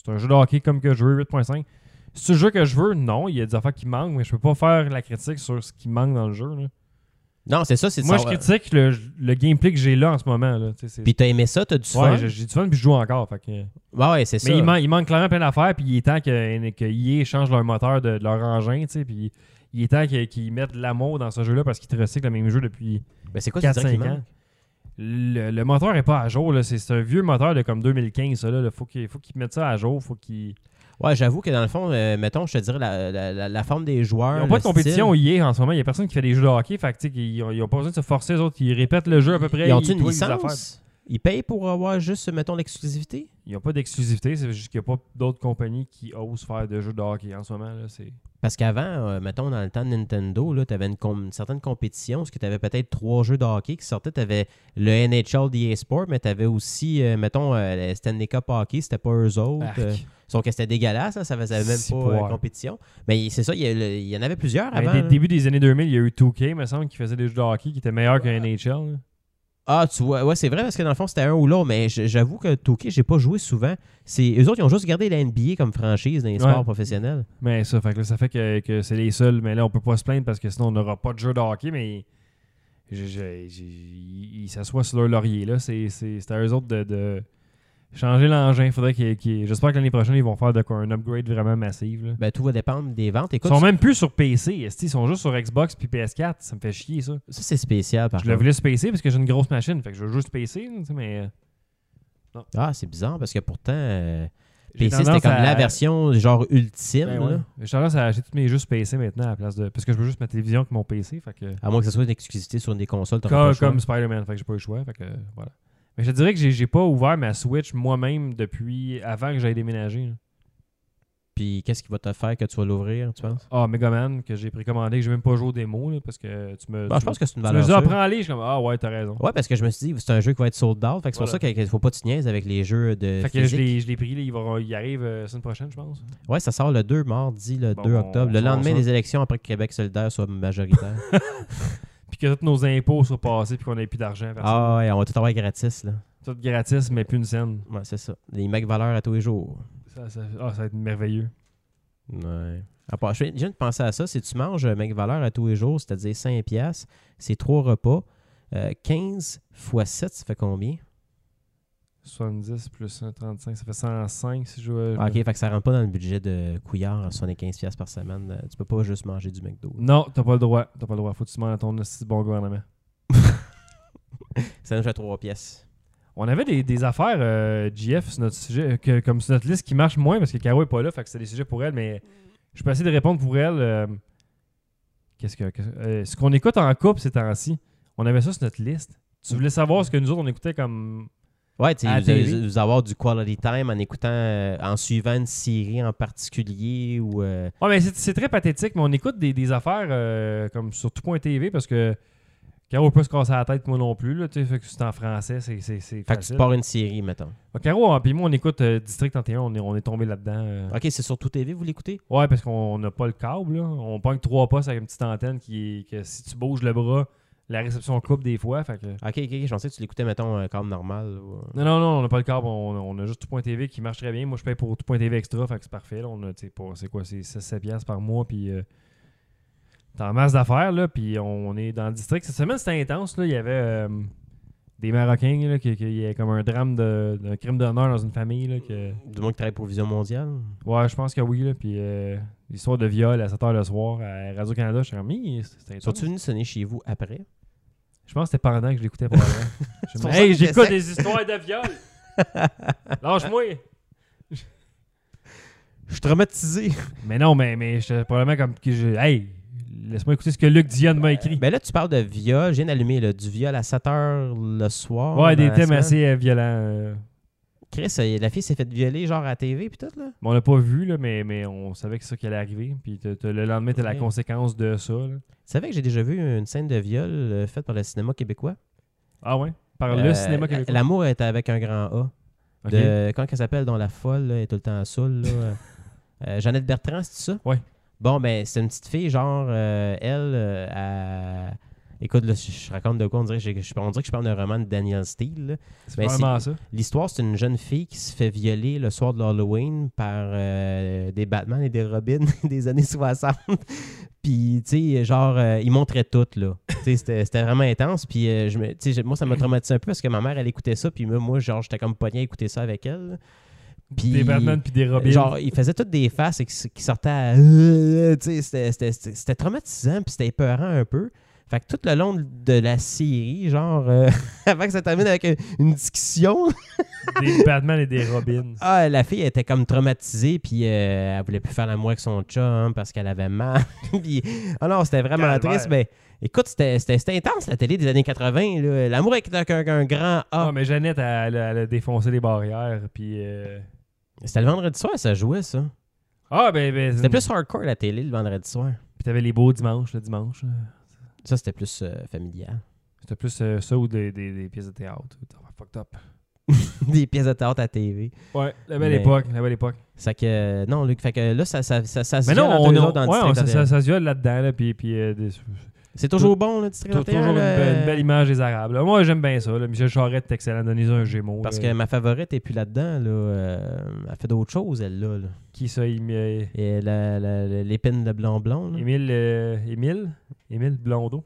C: c'est un jeu de hockey comme que je veux, 8.5. C'est le jeu que je veux? Non, il y a des affaires qui manquent, mais je peux pas faire la critique sur ce qui manque dans le jeu. là.
D: Non, c'est ça, c'est
C: Moi,
D: ça.
C: je critique le, le gameplay que j'ai là en ce moment. Là. Tu sais, c'est-
D: Puis t'as aimé ça, t'as du fun.
C: Ouais, j'ai j'ai du fun, puis je joue encore. Fait que... euh,
D: Ouais, ouais, c'est ça.
C: mais il, man- il manque clairement plein d'affaires, puis il est temps que, que EA change leur moteur de, de leur engin, tu sais, puis il est temps que- qu'ils mettent de l'amour dans ce jeu-là parce qu'ils te recyclent le même jeu depuis
D: Mais Ben, c'est quoi tu dirais qu'il
C: 4-5
D: manque?
C: ans. Le, le moteur est pas à jour, là. C'est, c'est un vieux moteur de comme 2015, ça, là. Là, Faut qu'il faut qu'ils mettent ça à jour, faut qu'ils...
D: Ouais, j'avoue que dans le fond, euh, mettons, je te dirais la, la, la- la forme des joueurs.
C: Ils n'ont pas
D: le
C: de compétition
D: style.
C: EA en ce moment, il y a personne qui fait des jeux de hockey, fait que, tu sais, qu'ils ont- ils n'ont pas besoin de se forcer, les autres, ils répètent le jeu à peu près.
D: Ils ont-tu une
C: tweakent des affaires.
D: licence? Ils payent pour avoir juste, mettons, l'exclusivité?
C: Ils n'ont pas d'exclusivité, c'est juste qu'il n'y a pas d'autres compagnies qui osent faire de jeux de hockey en ce moment, là. C'est...
D: Parce qu'avant, euh, mettons, dans le temps de Nintendo, tu avais une, com- une certaine compétition, parce que tu avais peut-être trois jeux de hockey qui sortaient. Tu avais le NHL d'EA Sport, mais tu avais aussi, euh, mettons, euh, le Stanley Cup Hockey, c'était pas eux autres.
C: Arc.
D: euh, sauf que c'était dégueulasse, hein, ça faisait même
C: Si
D: pas
C: pour
D: euh,
C: voir.
D: compétition. Mais il- c'est ça, il y, a le- il y en avait plusieurs
C: Mais
D: avant.
C: dé-
D: là.
C: début des années 2000, il y a eu 2K, me semble, qui faisait des jeux de hockey qui étaient meilleurs que NHL. là.
D: Ah, tu vois, ouais, c'est vrai, parce que dans le fond, c'était un ou l'autre, mais j- j'avoue que Toki, j'ai pas joué souvent. C'est Eux autres, ils ont juste gardé la NBA comme franchise dans les
C: Ouais.
D: sports professionnels.
C: Mais ça, fait que là, ça fait que, que c'est les seuls. Mais là, on peut pas se plaindre parce que sinon, on n'aura pas de jeu de hockey. Mais je- je- je- ils s'assoient sur leur laurier. là. C'est c'est- c'est à eux autres de, de changer l'engin. Faudrait qu'ils- qu'ils- J'espère que l'année prochaine, ils vont faire de quoi, un upgrade vraiment massif. là.
D: Ben, tout va dépendre des ventes.
C: Ils
D: Écoute,
C: sont même plus sur PC. esti, Ils sont juste sur Xbox puis PS4. Ça me fait chier, ça.
D: ça, c'est spécial, par
C: Je le
D: contre.
C: voulais sur PC parce que j'ai une grosse machine. Fait que je veux juste PC. là, tu sais, Mais euh,
D: Ah, c'est bizarre, parce que pourtant... euh,
C: j'ai
D: PC, c'était
C: tendance
D: comme
C: à-
D: la version genre ultime.
C: Ben ouais.
D: là.
C: J'ai tendance à acheter tous mes jeux sur PC maintenant à la place de. Parce que je veux juste ma télévision avec mon PC. Fait que...
D: À moins que ce soit une exclusivité sur une des consoles. t'auras pas
C: Comme,
D: le choix.
C: comme Spider-Man, fait que j'ai pas eu le choix. Fait que, euh, voilà. Mais je te dirais que j'ai- j'ai pas ouvert ma Switch moi-même depuis avant que j'aille déménager. là.
D: Puis qu'est-ce qui va te faire que tu vas l'ouvrir, tu penses?
C: Ah, Megaman, que j'ai précommandé, que j'ai même pas joué aux démos là, parce que tu me.
D: Bon,
C: tu
D: Ben, je pense que c'est une
C: me- tu me
D: valeur
C: dis, ah,
D: sûre.
C: prends-les. Je suis comme, ah ouais, t'as raison.
D: Ouais, parce que je me suis dit, c'est un jeu qui va être sold out. Fait que c'est pour
C: Voilà.
D: ça qu'il ne faut pas que tu niaises avec les jeux de
C: fait que je
D: physique.
C: l'ai je l'ai pris, là, il, va, il arrive euh, la semaine prochaine, je pense.
D: Ouais, ça sort le 2 mardi, le
C: Bon,
D: 2
C: on-
D: octobre, le
C: on-
D: lendemain
C: on-
D: des élections après que Québec solidaire soit majoritaire.
C: Puis puis que tous nos impôts soient passés, puis qu'on n'ait plus d'argent. personne.
D: Ah ouais, on va tout avoir gratis, là.
C: Tout gratis, mais plus une scène.
D: Ouais, c'est ça. Les mecs valeurs à tous les jours.
C: Ça, ça- ah, ça va être merveilleux.
D: Ouais. À part, je viens je viens de penser à ça. Si tu manges un valeur à tous les jours, c'est-à-dire 5 piastres, c'est 3 repas. euh, 15 fois 7, ça fait combien?
C: 70 plus 135, ça fait 105 si je veux.
D: Ah, ok, fait que ça rentre pas dans le budget de Couillard, 75 piastres par semaine. Euh, Tu peux pas juste manger du McDo. là.
C: Non, t'as pas le droit. T'as pas le droit. Faut que tu demandes à ton hostie de bon gouvernement.
D: Ça nous fait 3 pièces.
C: On avait des, des affaires, euh, GF, sur notre sujet, euh, que- comme sur notre liste qui marche moins parce que Caro est pas là, fait que c'est des sujets pour elle, mais je peux essayer de répondre pour elle. euh, Qu'est-ce que. qu'est-ce- euh, ce qu'on écoute en couple ces temps-ci, on avait ça sur notre liste. Tu voulais savoir ce que nous autres on écoutait comme.
D: Ouais, tu
C: À la
D: sais, vous, allez-
C: TV.
D: vous avoir du quality time en écoutant, euh, en suivant une série en particulier ou. euh,
C: Ouais, mais c'est c'est très pathétique, mais on écoute des, des affaires euh, comme sur tout.tv parce que Caro peut se casser la tête, moi non plus, là, tu sais, fait que c'est en français, c'est. c'est- c'est
D: Fait que tu
C: facile.
D: te pars une série, mettons.
C: Ah, Caro, hein, puis moi, on écoute euh, District 31, on est, on est tombé là-dedans. euh.
D: Ok, c'est sur tout TV, vous l'écoutez?
C: Ouais, parce qu'on n'a pas le câble. là. On pogne trois postes avec une petite antenne qui est- que si tu bouges le bras, la réception coupe des fois. Fait que...
D: Ok, ok, ok, je pensais que tu l'écoutais, mettons, un câble normal. ou, euh,
C: Non, non, non, on n'a pas le câble. On, on a juste tout.tv qui marche très bien. Moi, je paye pour tout.tv extra. Fait que c'est parfait. là. On a, tu sais, pour- c'est quoi, c'est 7 piastres par mois. Puis euh, t'as en masse d'affaires. là. Puis on est dans le district. Cette semaine, c'était intense. Là. Il y avait euh, des Marocains. Là, qui, qui- il y a comme un drame de, d'un crime d'honneur dans une famille. Là, que...
D: Du moins qui travaille pour Vision Mondiale.
C: Ouais, je pense que oui. Là. Puis euh, l'histoire de viol à 7 h le soir à Radio-Canada, je suis comme, Hi, c'était intense.
D: Sont-tu venu sonner chez vous après?
C: Je pense que c'était pendant que je l'écoutais pour
D: C'est pour ça
C: Hey,
D: que
C: j'écoute
D: j'essaie.
C: des histoires de viol. Lâche-moi.
D: Je suis traumatisé.
C: Mais non, mais, mais j'étais probablement comme que je. Hey, laisse-moi écouter ce que Luc Dionne m'a écrit.
D: Mais Ben là, tu parles de viol. J'ai allumé là, du viol à 7 heures le soir.
C: ouais,
D: dans
C: des
D: ben, la
C: thèmes
D: semaine.
C: assez euh, violents. euh.
D: Chris, euh, la fille s'est fait violer genre à la TV puis tout, là.
C: Bon, on l'a pas vu, là, mais, mais on savait que c'est ça qui allait arriver. Puis t'as- t'as- le lendemain, t'as la
D: Ok.
C: conséquence de ça. là.
D: Tu savais que j'ai déjà vu une scène de viol euh, faite par le cinéma québécois?
C: Ah ouais? Par
D: Euh,
C: le cinéma québécois.
D: L'amour était avec un grand A.
C: Ok.
D: De, comment qu'elle s'appelle dans La Folle, là, elle est tout le temps saoule. Là. Euh, Jeannette Bertrand, c'est ça?
C: Ouais.
D: Bon, ben, c'est une petite fille, genre, euh, elle, euh, elle- Écoute, là, je, je raconte de quoi, on dirait, que j'ai- je, on dirait que je parle d'un roman de Daniel Steele. là.
C: C'est
D: ben,
C: probablement ça.
D: L'histoire, c'est une jeune fille qui se fait violer le soir de l'Halloween par euh, des Batman et des Robin des années 60. Puis, tu sais, genre, euh, ils montraient tout, là. Tu sais, c'était c'était vraiment intense. Puis, euh, je me- tu sais, je- moi, ça m'a traumatisé un peu parce que ma mère, elle écoutait ça. Puis, moi, moi, genre, j'étais comme pogné à écouter ça avec elle. là. Puis,
C: Des Batman puis des Robins.
D: Euh, Genre, ils faisaient toutes des faces et qui, s- qui sortaient à... euh, Tu sais, c'était- c'était- c'était c'était traumatisant, puis c'était épeurant un peu. Fait que tout le long de la série, genre, euh, avant que ça termine avec une- une discussion,
C: Des Batman et des Robins.
D: ah, la fille elle était comme traumatisée, puis euh, elle voulait plus faire l'amour avec son chum parce qu'elle avait mal. puis, ah non, c'était vraiment
C: Calvaire.
D: triste. Mais écoute, c'était c'était- c'était intense la télé des années 80. là. L'amour avec un, un- un grand
C: Ah,
D: A.
C: mais Jeannette, elle, elle a- elle a défoncé les barrières. Puis. euh,
D: C'était le vendredi soir, ça jouait ça.
C: Ah, ben. ben
D: C'était plus hardcore la télé le vendredi soir.
C: Puis t'avais les beaux dimanches, le dimanche. là.
D: Ça, c'était plus euh, familial.
C: C'était plus euh, ça ou des, des, des pièces de théâtre. Putain, Fucked up.
D: Des pièces de théâtre à TV.
C: Ouais, la
D: belle
C: belle
D: Mais- époque,
C: époque, la belle époque.
D: Ça que, euh, non, Luc, fait que là, ça, ça, ça, ça se
C: Mais non,
D: viole entre
C: on,
D: eux
C: on-
D: autres dans le
C: ouais, on-
D: district
C: ça, ça,
D: 31.
C: se viole là-dedans, là, puis, puis euh, des-
D: C'est toujours bon, le district euh,
C: toujours
D: 31,
C: une,
D: là.
C: belle- une belle image des Arabes. là. Moi, j'aime bien ça. là. Michel Charette est excellent, donnez un Gémeaux.
D: Parce que
C: là.
D: ma favorite est plus là-dedans, là. Euh, elle fait d'autres choses, elle, là. là.
C: Qui ça, Émi- euh,
D: Et la- la- la- l'épine de blond blond. là.
C: Émile... euh, Émile? Émile Blondeau?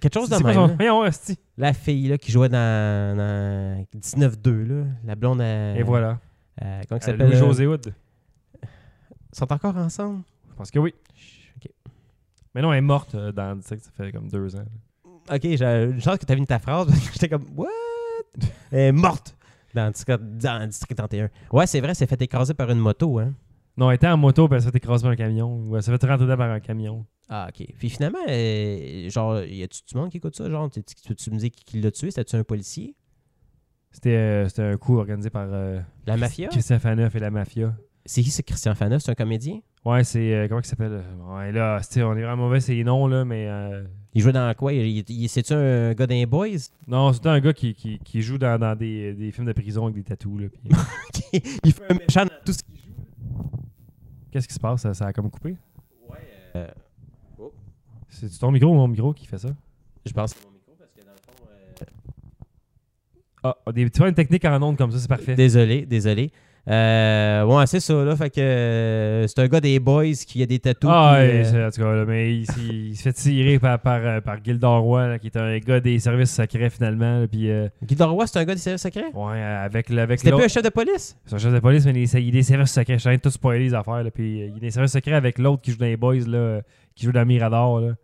D: Quelque chose de
C: C'est quoi
D: même. hein.
C: son-
D: là.
C: Voyons, hostie.
D: La fille là, qui jouait dans, dans 19-2, là. la blonde à.
C: Et voilà.
D: à- comment
C: Euh,
D: elle Euh, s'appelle
C: Louis-José Hood.
D: euh, Sont encore ensemble
C: Je pense que oui.
D: Chut, Ok,
C: Mais non, elle est morte euh, dans le district, ça fait comme deux ans.
D: Ok, j'ai une chance que tu as vu ta phrase parce que j'étais comme What Elle est morte dans, le district- dans le district 31. Ouais, c'est vrai, c'est fait écraser par une moto. Hein?
C: Non, elle était en moto, puis elle s'est fait écraser par un camion. Ou elle s'est fait rentrer dedans par un camion.
D: Ah, ok. Puis finalement, euh, genre, y a-tu du monde qui écoute ça Genre, tu- tu peux-tu me dire qui, qui l'a tué C'était-tu un policier
C: C'était euh, c'était un coup organisé par... euh,
D: La mafia
C: Christian Faneuf et la mafia.
D: C'est qui ce Christian Faneuf C'est un comédien
C: Ouais, c'est. euh, comment il s'appelle Ouais, là, c'est- on est vraiment mauvais, c'est les noms, là, mais. euh,
D: Il jouait dans quoi Il- il- il- C'est-tu un gars d'un boys
C: non, c'est un gars qui, qui, qui joue dans, dans des, euh, des films de prison avec des tatous, là. puis- euh,
D: il fait un méchant dans tout ce qu'il joue.
C: Qu'est-ce qui se passe ça, ça a comme coupé
D: Euh, oh.
C: C'est ton micro ou mon micro qui fait ça?
D: Je pense que
C: Ah, des petits problèmes techniques en ondes comme ça, c'est parfait.
D: Désolé, désolé. Euh, ouais, c'est ça, là. Fait que euh, c'est un gars des boys qui a des tatous.
C: ah,
D: puis,
C: ouais,
D: euh,
C: c'est- en tout cas, là, mais il, s- il se fait tirer par, par, euh, par Gildor Roy, là, qui est un gars des services secrets finalement. là, Puis, euh,
D: Guy Doroy, c'est un gars des services secrets?
C: ouais, avec, le- avec
D: C'était plus
C: l'autre.
D: un chef de police?
C: C'est un chef de police, mais il est- il est des services secrets. Je suis en train de tout spoiler les affaires. Là, puis, euh, il est des services secrets avec l'autre qui joue dans les boys, là, euh, qui joue dans Mirador. Là.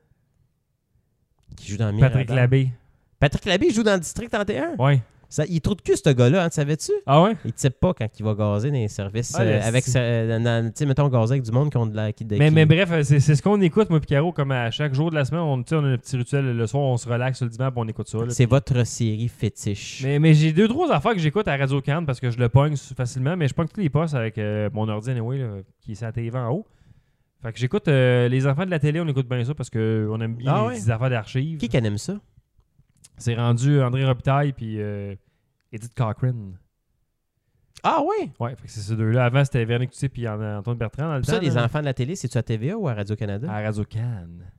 D: Qui joue dans Mirador.
C: Patrick Labbé.
D: Patrick Labbé joue dans le District 31.
C: Ouais.
D: Ça, il est trop de cul, ce gars-là, hein, tu savais-tu?
C: Ah ouais?
D: Il ne sait pas quand il va gazer dans les services.
C: Ah,
D: euh,
C: le
D: avec
C: sti-
D: sa- euh, dans- tu sais, mettons, gazer avec du monde qui ont de la. Qui, de-
C: Mais,
D: qui-
C: mais bref, euh, c'est c'est ce qu'on écoute, moi, Picaro, comme à chaque jour de la semaine. On, tu sais, on a un petit rituel. Le soir, on se relaxe sur le dimanche, puis on écoute ça. là.
D: C'est votre série fétiche.
C: Mais, mais j'ai deux, trois affaires que j'écoute à Radio Cannes parce que je le pogne sou- facilement, mais je pogne tous les postes avec euh, mon ordi anyway, là, qui est sur la TV en haut. Fait que j'écoute euh, les enfants de la télé, on écoute bien ça parce qu'on aime bien
D: Ah
C: les
D: ouais?
C: petites affaires d'archives.
D: Qui qui en aime ça?
C: C'est rendu André Robitaille puis euh, Edith Cochran.
D: Ah ouais!
C: Ouais, fait que c'est ces deux-là. Avant, c'était Véronique Coutier puis An- Antoine Bertrand dans le
D: Puis
C: temps,
D: ça, les
C: là.
D: enfants de la télé, c'est-tu à TVA ou à Radio-Canada?
C: À Radio Cannes.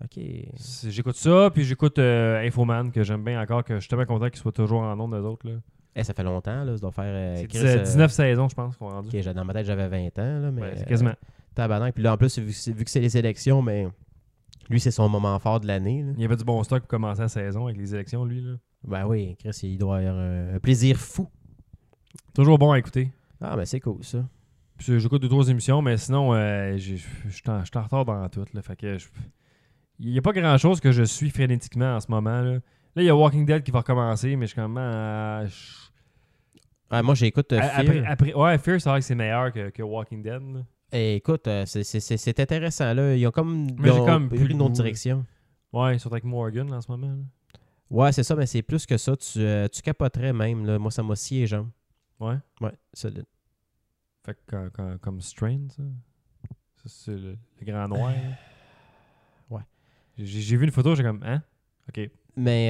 C: Ah.
D: OK. Eh,
C: C'est- J'écoute ça, puis j'écoute euh, Infoman, que j'aime bien encore, que je suis tellement content qu'ils soient toujours en nom des autres. Là.
D: Eh, ça fait longtemps, là. Ça doit faire. euh,
C: C'est
D: Chris,
C: dix-
D: euh,
C: 19 saisons, je pense, qu'on a rendu.
D: OK, j'ai- dans ma tête, j'avais 20 ans, là, mais...
C: Ouais, c'est quasiment.
D: euh, tabarnak. Puis là, en plus, vu que c'est- vu que c'est les élections, mais... Lui, c'est son moment fort de l'année, là.
C: Il y avait du bon stock pour commencer la saison avec les élections, lui. Là.
D: Ben oui, Chris, il doit avoir un, un plaisir fou.
C: Toujours bon à écouter.
D: Ah, mais c'est cool, ça.
C: Puis, euh, J'écoute deux, trois émissions, mais sinon, euh, j'ai- je suis en je suis en retard dans tout. Là, fait que je- Il n'y a pas grand-chose que je suis frénétiquement en ce moment. Là, Là, il y a Walking Dead qui va recommencer, mais je suis comme... ah, je-
D: Ah, moi, j'écoute euh,
C: A-
D: Fear.
C: après, après- ouais, Fear, c'est vrai que c'est meilleur que, que Walking Dead. là.
D: Eh, écoute, euh, c'est- c'est c'est- c'est intéressant, là. Ils ont comme...
C: Mais
D: ils
C: j'ai
D: ont
C: comme plus
D: pris
C: le
D: une autre
C: goût.
D: direction.
C: Ouais, ils sont avec Morgan là, en ce moment. là.
D: Ouais, c'est ça, mais c'est plus que ça. Tu, euh, tu capoterais même, là. Moi, ça m'a scié les jambes.
C: Ouais.
D: Ouais, solide.
C: Fait que quand- quand- comme Strain, ça. Ça, c'est le, le grand noir. là.
D: Ouais.
C: J'ai j'ai vu une photo, j'ai comme... Hein? OK.
D: Mais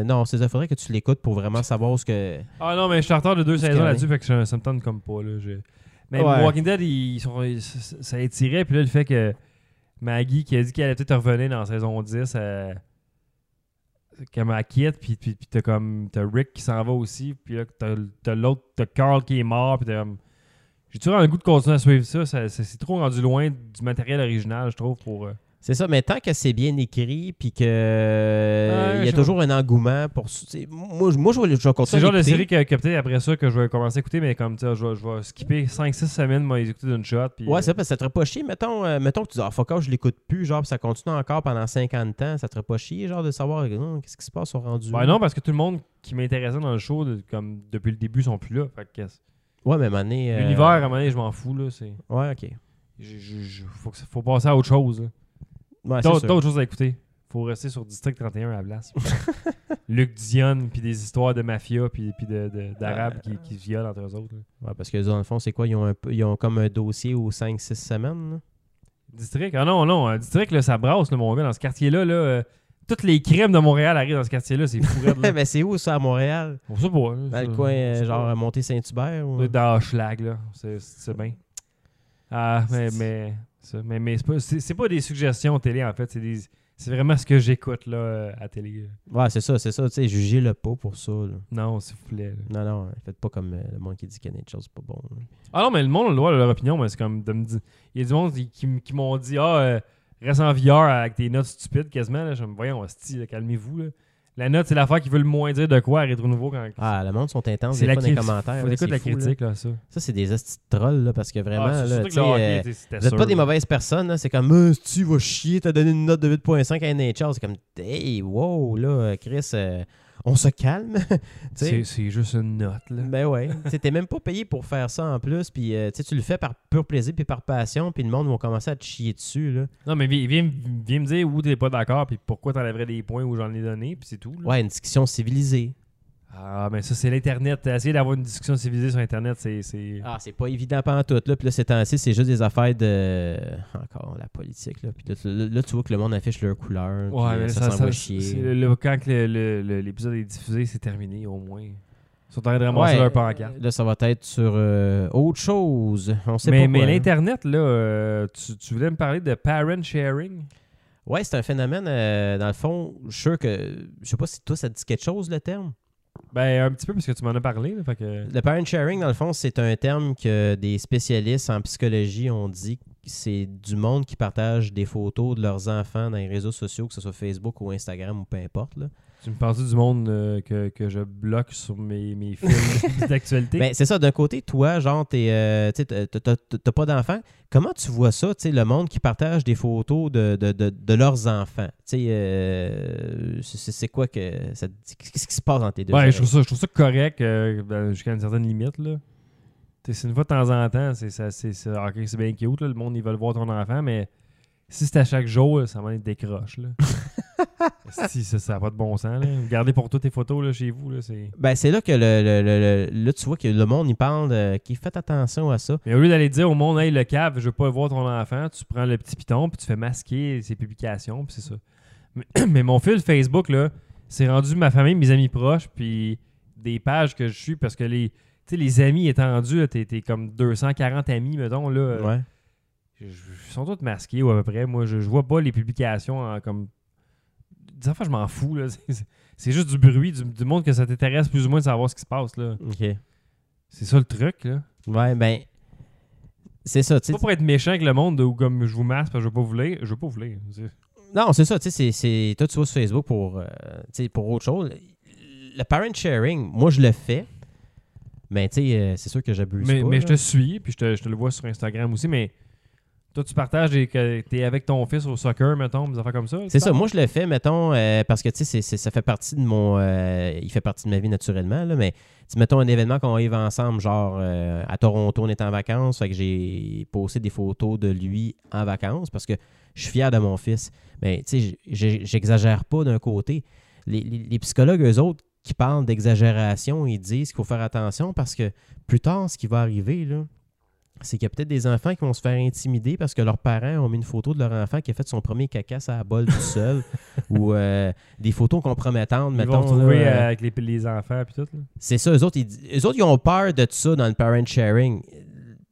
D: euh, non, c'est ça. Faudrait que tu l'écoutes pour vraiment savoir ce que...
C: Ah non, mais je suis en retard de deux
D: Parce
C: saisons
D: que-
C: là-dessus, fait que je- ça me tente comme pas. Là, je- Mais
D: Ouais.
C: Walking Dead, ils sont, ils- ça ça étirait. Puis là, le fait que Maggie, qui a dit qu'elle allait peut-être revenir dans la saison 10, euh, comme elle quitte, puis, puis, puis t'as comme t'as Rick qui s'en va aussi, puis là, t'as, t'as l'autre, t'as Carl qui est mort, puis t'as comme... J'ai toujours un goût de continuer à suivre ça. ça, ça- c'est trop rendu loin du matériel original, je trouve, pour... euh,
D: C'est ça, mais tant que c'est bien écrit, puis que euh,
C: Ouais,
D: il y a
C: je-
D: toujours un engouement pour. tu sais, Moi, je- moi je vais je vais continuer.
C: C'est le genre
D: à
C: de
D: l'écouter.
C: série que, que peut-être après ça que je vais commencer à écouter, mais comme tu sais, je vais, je vais skipper 5-6 semaines, moi, les écouter d'une shot. Puis, euh,
D: Ouais, c'est ça, parce que ça te ferait pas chier. Mettons, euh, mettons que tu dis, ah, fuck off, je l'écoute plus, genre, puis ça continue encore pendant 50 ans, ça te ferait pas chier, genre, de savoir, Hum, qu'est-ce qui se passe au rendu.
C: Ben non, parce que tout le monde qui m'intéressait dans le show, de- comme depuis le début, sont plus là. Fait que qu'est-ce-
D: Ouais, mais à un moment donné, euh,
C: L'univers, à un moment donné, je m'en fous. Là, c'est...
D: Ouais, ok.
C: je- je- je- faut, que ça- faut passer à autre chose. là.
D: Ouais, Ah, c'est
C: d'autres,
D: sûr.
C: d'autres choses à écouter. Faut rester sur District 31 à la place. Luc Dionne, puis des histoires de mafia, puis, puis de, de- d'arabes
D: Euh,
C: qui, qui se violent entre eux autres. là.
D: Ouais, parce que dans le fond, c'est quoi Ils ont, un peu- ils ont comme un dossier aux 5-6 semaines. là.
C: District, ah non, non. euh, District, là, ça brasse, là, mon gars, dans ce quartier-là. Là, euh, toutes les crimes de Montréal arrivent dans ce quartier-là. C'est fou, raide, là.
D: mais c'est où ça, à Montréal
C: On sait pas. là,
D: Dans
C: ça-
D: le
C: on
D: coin, euh,
C: sait
D: genre,
C: pas.
D: à Montée-Saint-Hubert ou...
C: Ouais, Dans Schlag, là. C'est- C'est bien. Ah, mais, mais, ça, mais, mais c'est pas, c'est- c'est pas des suggestions télé, en fait. C'est des- c'est vraiment ce que j'écoute, là, euh, à télé.
D: Ouais, c'est ça, c'est ça, tu sais, jugez-le pas pour ça, là.
C: Non, s'il vous plaît. là.
D: Non, non, faites pas comme euh, le monde qui dit qu'il y a des choses pas bon.
C: Ah non, mais le monde a le droit de leur opinion, mais c'est comme de me dire... Il y a du monde qui, qui m- qui m'ont dit « Ah, euh, reste en VR avec tes notes stupides, quasiment. » là. Je me voyons, hostie, là, calmez-vous, là. La note, c'est l'affaire qui veut le moins dire de quoi à Rétro Nouveau quand...
D: Ah, le monde sont intenses,
C: c'est
D: c'est
C: la
D: pas dans les
C: critique.
D: commentaires.
C: Faut
D: là,
C: écouter
D: c'est
C: la
D: fou, là.
C: critique, là, ça.
D: Ça, c'est des hosties de trolls, là, parce que vraiment,
C: Ah, c'est
D: là,
C: surtout
D: tu
C: que
D: sais,
C: le hockey,
D: euh,
C: tu sais, c'était
D: vous êtes
C: sûr,
D: pas des
C: là.
D: mauvaises personnes, là. C'est comme, Euh, tu vas chier, t'as donné une note de 8.5 à NHL. C'est comme, hey, wow, là, euh, Chris, euh, on se calme. tu sais,
C: C'est c'est juste une note, là.
D: ben ouais. Tu sais, T'es même pas payé pour faire ça en plus, puis euh, tu sais, tu le fais par pur plaisir, puis par passion, puis le monde va commencer à te chier dessus, là.
C: Non, mais viens, viens- viens me dire où t'es pas d'accord, puis pourquoi t'enlèverais des points où j'en ai donné, puis c'est tout. là.
D: Ouais, une discussion civilisée.
C: Ah, mais ça, c'est l'Internet. Essayer d'avoir une discussion civilisée sur Internet, c'est. c'est-
D: Ah, c'est pas évident pendant tout. Là, puis là, ces temps-ci, c'est juste des affaires de. Encore la politique. Là. Puis là, tu- là, tu vois que le monde affiche leur couleur. puis,
C: ouais,
D: euh,
C: mais
D: ça,
C: ça, ça-
D: s'envoie
C: c'est
D: chier.
C: le- le- quand que le- le- le- l'épisode est diffusé, c'est terminé, au moins. Ils sont en train de ramasser
D: Ouais,
C: leur pancarte.
D: Là, ça va être sur euh, autre chose. On sait
C: Mais,
D: pas.
C: mais
D: quoi, hein.
C: l'Internet, là, euh, tu, tu voulais me parler de parent sharing?
D: Ouais, c'est un phénomène, euh, dans le fond, je suis sûr que. Je sais pas si toi, ça te dit quelque chose, le terme.
C: Ben, un petit peu, parce que tu m'en as parlé. là, fait que...
D: Le parent sharing, dans le fond, c'est un terme que des spécialistes en psychologie ont dit que c'est du monde qui partage des photos de leurs enfants dans les réseaux sociaux, que ce soit Facebook ou Instagram ou peu importe. là.
C: Tu me pensais du monde euh, que, que je bloque sur mes, mes films d'actualité.
D: Ben, c'est ça, d'un côté, toi, genre, t'es, euh, tu sais, t'as- t'as t'as- t'as pas d'enfants. Comment tu vois ça, tu sais, le monde qui partage des photos de, de, de- de leurs enfants? Tu sais, euh, c'est c'est quoi que ça te dit? Qu'est-ce qui se passe dans tes deux
C: ouais,
D: oreilles?
C: Ben, je trouve ça, je trouve ça correct euh, ben, jusqu'à une certaine limite. Là. T'sais, c'est une fois de temps en temps, c'est, ça, c'est, c'est- ok, c'est bien cute, là, le monde ils veulent voir ton enfant, mais si c'est à chaque jour, là, ça va être décroche. Là. si ça n'a pas de bon sens. Là. Gardez pour toi tes photos là, chez vous. Là, c'est...
D: Ben, c'est là que le, le- le- le- là, tu vois que le monde, il parle de- qui fait attention à ça.
C: Mais au lieu d'aller dire au monde, hey, le cave, je veux pas voir ton enfant, tu prends le petit piton, puis tu fais masquer ses publications, puis c'est ça. Mais, mais mon fil Facebook, là, c'est rendu ma famille, mes amis proches, puis des pages que je suis, parce que les, tu sais, les amis étendus, là, t'es, t'es comme 240 amis, mettons, là. euh,
D: Ouais.
C: je- je- Ils sont tous masqués, ou à peu près. Moi, je, je vois pas les publications en comme. Des enfants, je m'en fous, là. C'est, c'est juste du bruit, du, du monde que ça t'intéresse plus ou moins de savoir ce qui se passe, là.
D: OK.
C: C'est ça le truc, là.
D: Ouais, ben, c'est ça, tu
C: C'est
D: sais.
C: pas pour être méchant avec le monde de- ou comme je vous masse parce que je veux pas vous lire. Je veux pas vous lire. C'est-
D: Non, c'est ça, tu sais, c'est- c'est... Toi, tu vas sur Facebook pour, euh, tu sais, pour autre chose. Le parent sharing, moi, je le fais. Mais, tu sais, euh, c'est sûr que j'abuse
C: Mais,
D: pas.
C: mais
D: là.
C: je te suis, puis je te, je te le vois sur Instagram aussi, mais toi, tu partages et que t'es avec ton fils au soccer, mettons, des affaires comme ça.
D: C'est
C: tu
D: ça,
C: parles?
D: moi, je le fais, mettons, euh, parce que, tu sais, c'est- c'est- ça fait partie de mon... euh, il fait partie de ma vie, naturellement, là, mais, tu sais, mettons, un événement qu'on vive ensemble, genre, euh, à Toronto, on est en vacances, fait que j'ai posté des photos de lui en vacances, parce que je suis fier de mon fils. Mais, tu sais, j- j'ai- j'exagère pas d'un côté. Les, les- les psychologues, eux autres, qui parlent d'exagération, ils disent qu'il faut faire attention parce que plus tard, ce qui va arriver, là, c'est qu'il y a peut-être des enfants qui vont se faire intimider parce que leurs parents ont mis une photo de leur enfant qui a fait son premier caca à la bolle tout seul ou euh, des photos compromettantes,
C: Ils vont
D: mettons.
C: retrouver
D: là, euh,
C: avec les, les enfants puis tout. là.
D: c'est ça, eux autres, ils, di- eux autres, ils ont peur de ça dans le parent sharing. Tu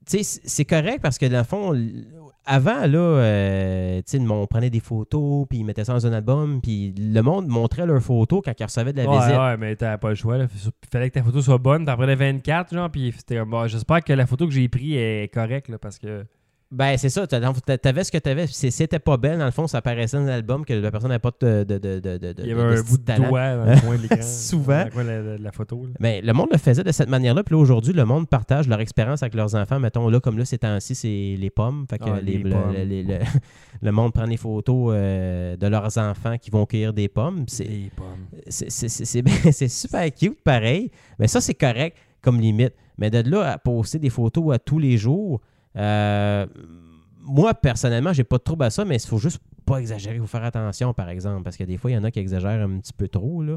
D: sais, c- c'est correct parce que, dans le fond, l- avant, là, euh, tu sais, on prenait des photos, puis ils mettaient ça dans un album, puis le monde montrait leurs photos quand ils recevaient de la
C: Ouais,
D: visite.
C: ouais, mais t'avais pas le choix. Là. Faut- Fallait que ta photo soit bonne. T'en prenais 24, genre, puis c'était comme, Bon, j'espère que la photo que j'ai prise est correcte, là, parce que.
D: Ben, c'est ça. t'as- dans- t'a- T'avais ce que t'avais. puis c'est- C'était pas belle. Dans le fond, ça apparaissait dans l'album que la personne n'avait pas de, de, de, de, de-
C: Il y
D: de-
C: avait
D: de
C: un
D: petit
C: bout de
D: talent.
C: doigt dans le coin de l'écran.
D: Souvent.
C: Dans le coin de la, de la photo. là.
D: Mais le monde le faisait de cette manière-là. Puis là, aujourd'hui, le monde partage leur expérience avec leurs enfants. Mettons, là, comme là, ces temps-ci, c'est les pommes. Fait que
C: Ah,
D: les-
C: les
D: le,
C: pommes.
D: le- les- le- le monde prend des photos euh, de leurs enfants qui vont cueillir des pommes. Puis C'est,
C: Des pommes.
D: c'est, c'est- c'est- c'est bien- c'est super cute, pareil. Mais ça, c'est correct comme limite. Mais de là à poster des photos à tous les jours, euh, moi, personnellement, j'ai pas de trouble à ça, mais il faut juste pas exagérer ou faire attention, par exemple. Parce que des fois, il y en a qui exagèrent un petit peu trop, là.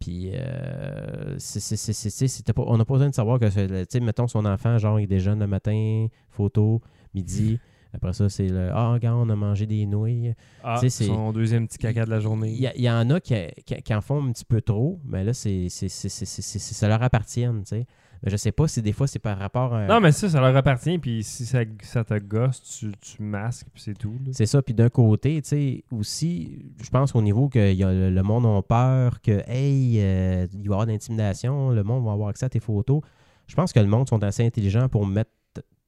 D: Puis, euh, c'est- c'est- c'est- c'est- c'est- c'était pas- on n'a pas besoin de savoir que, c'est le- tu sais, mettons, son enfant, genre, il déjeune le matin, photo, midi. Après ça, c'est le Ah, regarde, on a mangé des nouilles.
C: Ah,
D: Tu sais, c'est-
C: son deuxième petit caca de la journée.
D: Il y, a- il y en a qui, qui- qui en font un petit peu trop, mais là, c'est, c'est, c'est, c'est, c'est- c'est- ça leur appartient, tu sais. Mais je sais pas si des fois c'est par rapport à.
C: Non, mais ça, ça leur appartient. Puis si ça, ça te gosse, tu, tu masques, puis c'est tout. là.
D: C'est ça. Puis d'un côté, tu sais, aussi, je pense au niveau que il y a le, le monde a peur que, hey, euh, il va y avoir de l'intimidation, le monde va avoir accès à tes photos. Je pense que le monde sont assez intelligents pour mettre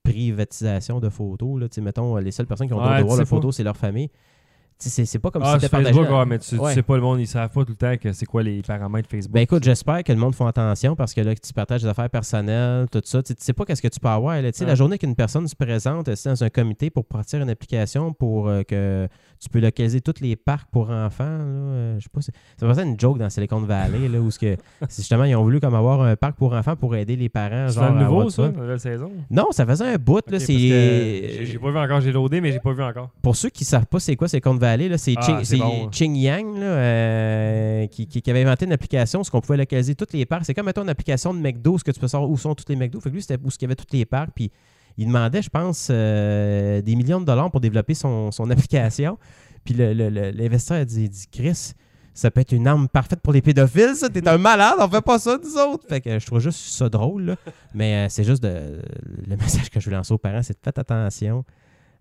D: privatisation de photos. Là. Tu sais, mettons, les seules personnes qui ont le droit
C: Ouais,
D: de
C: tu
D: voir leurs
C: sais pas.
D: photos, c'est leur famille. Tu sais, C'est c'est pas comme
C: ah,
D: si
C: sur
D: c'était partagé.
C: Facebook,
D: à-
C: ah, mais tu, tu
D: Ouais.
C: sais pas, le monde, ils savent pas tout le temps que c'est quoi les paramètres Facebook.
D: Ben écoute, j'espère que le monde font attention parce que là, que tu partages des affaires personnelles, tout ça. Tu sais- tu sais pas qu'est-ce que tu peux avoir. là. Tu sais,
C: Ouais.
D: La journée qu'une personne se présente euh, c'est dans un comité pour partir une application pour euh, que tu peux localiser tous les parcs pour enfants. là, euh, je sais pas. si- Ça me faisait une joke dans Silicon Valley là, où ce que, c'est justement ils ont voulu comme avoir un parc pour enfants pour aider les parents.
C: c'est
D: genre,
C: dans le
D: à
C: nouveau,
D: avoir
C: ça,
D: du fun.
C: la nouvelle saison.
D: Non, ça faisait un bout.
C: Ok,
D: là,
C: parce
D: c'est... euh,
C: que j'ai- J'ai pas vu encore, j'ai loadé, mais j'ai pas vu encore.
D: Pour ceux qui savent pas c'est quoi Silicon Valley, là, c'est
C: Ah,
D: Ching,
C: c'est
D: c'est
C: bon, hein.
D: Ching Yang là, euh, qui, qui- qui avait inventé une application, ce qu'on pouvait localiser tous les parcs. C'est comme mettons une application de McDo, ce que tu peux savoir où sont tous les McDo. Fait que lui, c'était où ce qu'il y avait tous les parcs. Puis il demandait, je pense, euh, des millions de dollars pour développer son, son application. Puis le- le- le- l'investisseur a dit, il dit, Chris, ça peut être une arme parfaite pour les pédophiles, ça. T'es un malade, on fait pas ça, nous autres. Fait que euh, je trouve juste ça drôle, là. Mais euh, c'est juste de- le message que je veux lancer aux parents, c'est de faites attention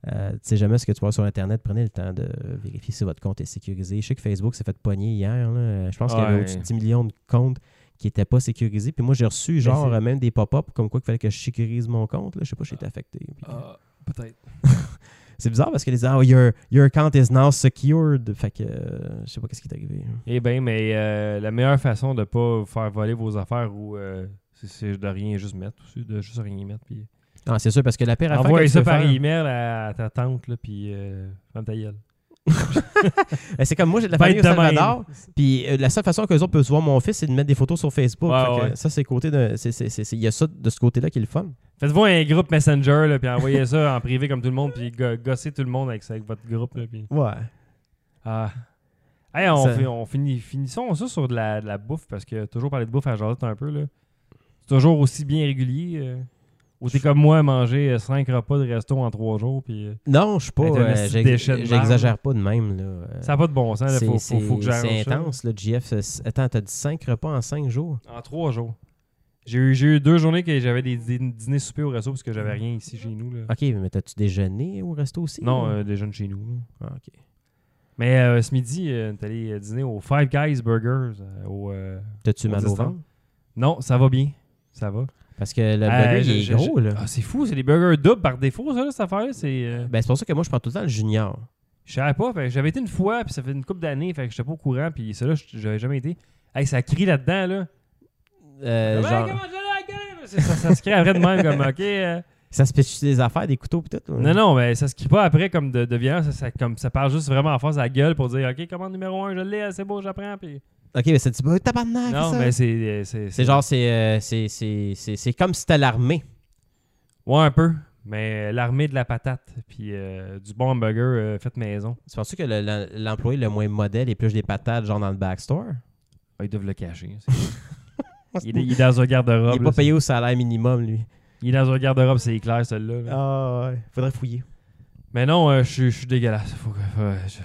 D: Euh, tu sais jamais ce que tu vois sur Internet. Prenez le temps de vérifier si votre compte est sécurisé. Je sais que Facebook s'est fait pogner hier. là. Euh, Je pense qu'il y avait
C: Ouais.
D: au-dessus de 10 millions de comptes qui n'étaient pas sécurisés. Puis moi, j'ai reçu genre
C: c'est-
D: euh, même des pop-up comme quoi qu'il fallait que je sécurise mon compte. Là. Je sais pas, j'ai été affecté. Puis,
C: Ah.
D: euh,
C: Peut-être.
D: C'est bizarre parce qu'ils disent Ah, your, your account is now secured. Fait que euh, je sais pas qu'est-ce qui est arrivé.
C: Eh bien, mais euh, la meilleure façon de pas vous faire voler vos affaires ou euh, c'est- c'est de rien juste mettre, aussi, de juste rien mettre. Puis...
D: Ah, c'est sûr parce que la pire affaire. que
C: Envoyez
D: tu
C: ça
D: peux
C: par
D: faire-
C: email à ta tante, là, puis euh, ferme ta gueule.
D: Ben, c'est comme moi, j'ai de la
C: Ben,
D: famille au
C: de même.
D: Salvador. Puis euh, la seule façon qu'eux autres peuvent voir mon fils, c'est de mettre des photos sur Facebook.
C: Ouais,
D: Fait que
C: ouais.
D: Ça, c'est côté de. c'est- c'est- c'est- c'est- Il y a ça de ce côté-là qui est le fun.
C: Faites-vous un groupe Messenger, là, puis envoyez ça en privé comme tout le monde, puis go- gossez tout le monde avec, ça, avec votre groupe. Là, puis...
D: Ouais.
C: Ah. Hey, on,
D: Ça-
C: fait- on finit, finissons ça sur de la, de la bouffe, parce que toujours parler de bouffe à Josette un peu. là. C'est toujours aussi bien régulier. euh, ou t'es comme moi à manger 5 repas de resto en 3 jours, puis euh,
D: Non, je suis pas.
C: Être un
D: euh,
C: esti de
D: j'ex-
C: déchet de
D: J'exagère pas de même. Là. Euh,
C: ça n'a pas de bon sens. là,
D: c'est-
C: faut, faut,
D: c'est-
C: faut que j'arrange
D: C'est
C: ça.
D: intense, le GF. C'est- Attends, t'as dit 5 repas en 5 jours.
C: En 3 jours. J'ai eu, j'ai eu deux journées que j'avais des dî- dîners soupers au resto parce que j'avais rien ici chez nous. là.
D: Ok, mais t'as-tu déjeuné au resto aussi?
C: Non,
D: là?
C: euh, des jeunes chez nous. là.
D: Ah, ok.
C: Mais euh, ce midi, euh, on est allé euh, dîner au Five Guys Burgers. euh, au, euh,
D: T'as-tu
C: on
D: mal
C: dit
D: au
C: ça.
D: ventre?
C: Non, ça va bien. Ça va.
D: Parce que le
C: Euh,
D: burger,
C: je-
D: il est
C: je-
D: gros,
C: je-
D: là.
C: Ah, c'est fou, c'est des burgers doubles par défaut, ça, là, cette affaire. C'est, euh,
D: Ben, c'est pour ça que moi, je prends tout le temps le junior.
C: Je savais pas. fait que j'avais été une fois, puis ça fait une couple d'années, fait que j'étais pas au courant, puis ça, là, je- j'avais jamais été. Hey, ça crie là-dedans, là.
D: Euh,
C: Ouais,
D: genre,
C: comment je l'ai, comment je l'ai? C'est- ça, ça se crie après de même, comme, OK. euh,
D: ça se pêche des affaires, des couteaux, pis tout. ouais?
C: Non, non, mais ça se crie pas après comme de, de violence. Ça, ça- comme, ça parle juste vraiment en face à la gueule pour dire OK, commande numéro 1, je l'ai, c'est beau, j'apprends. Puis...
D: Ok, mais c'est du bah, tabarnak,
C: Non,
D: ça.
C: mais c'est. euh, C'est
D: C'est genre, c'est, euh, c'est, c'est, c'est, c'est comme si t'as l'armée.
C: Ouais, un peu. Mais euh, l'armée de la patate, puis euh, du bon hamburger euh, fait maison.
D: Tu penses que le- le- l'employé le moins modèle épluche des patates, genre dans le backstore?
C: Ah, ils doivent le cacher. c'est- il, est, il est dans un garde-robe.
D: Il est
C: là,
D: pas payé au salaire minimum, lui.
C: c'est- Il est dans un garde-robe, c'est clair, celle-là. là.
D: Ah, ouais. Faudrait fouiller.
C: Mais non, euh, je suis- je suis dégueulasse. Faut que- faut- je-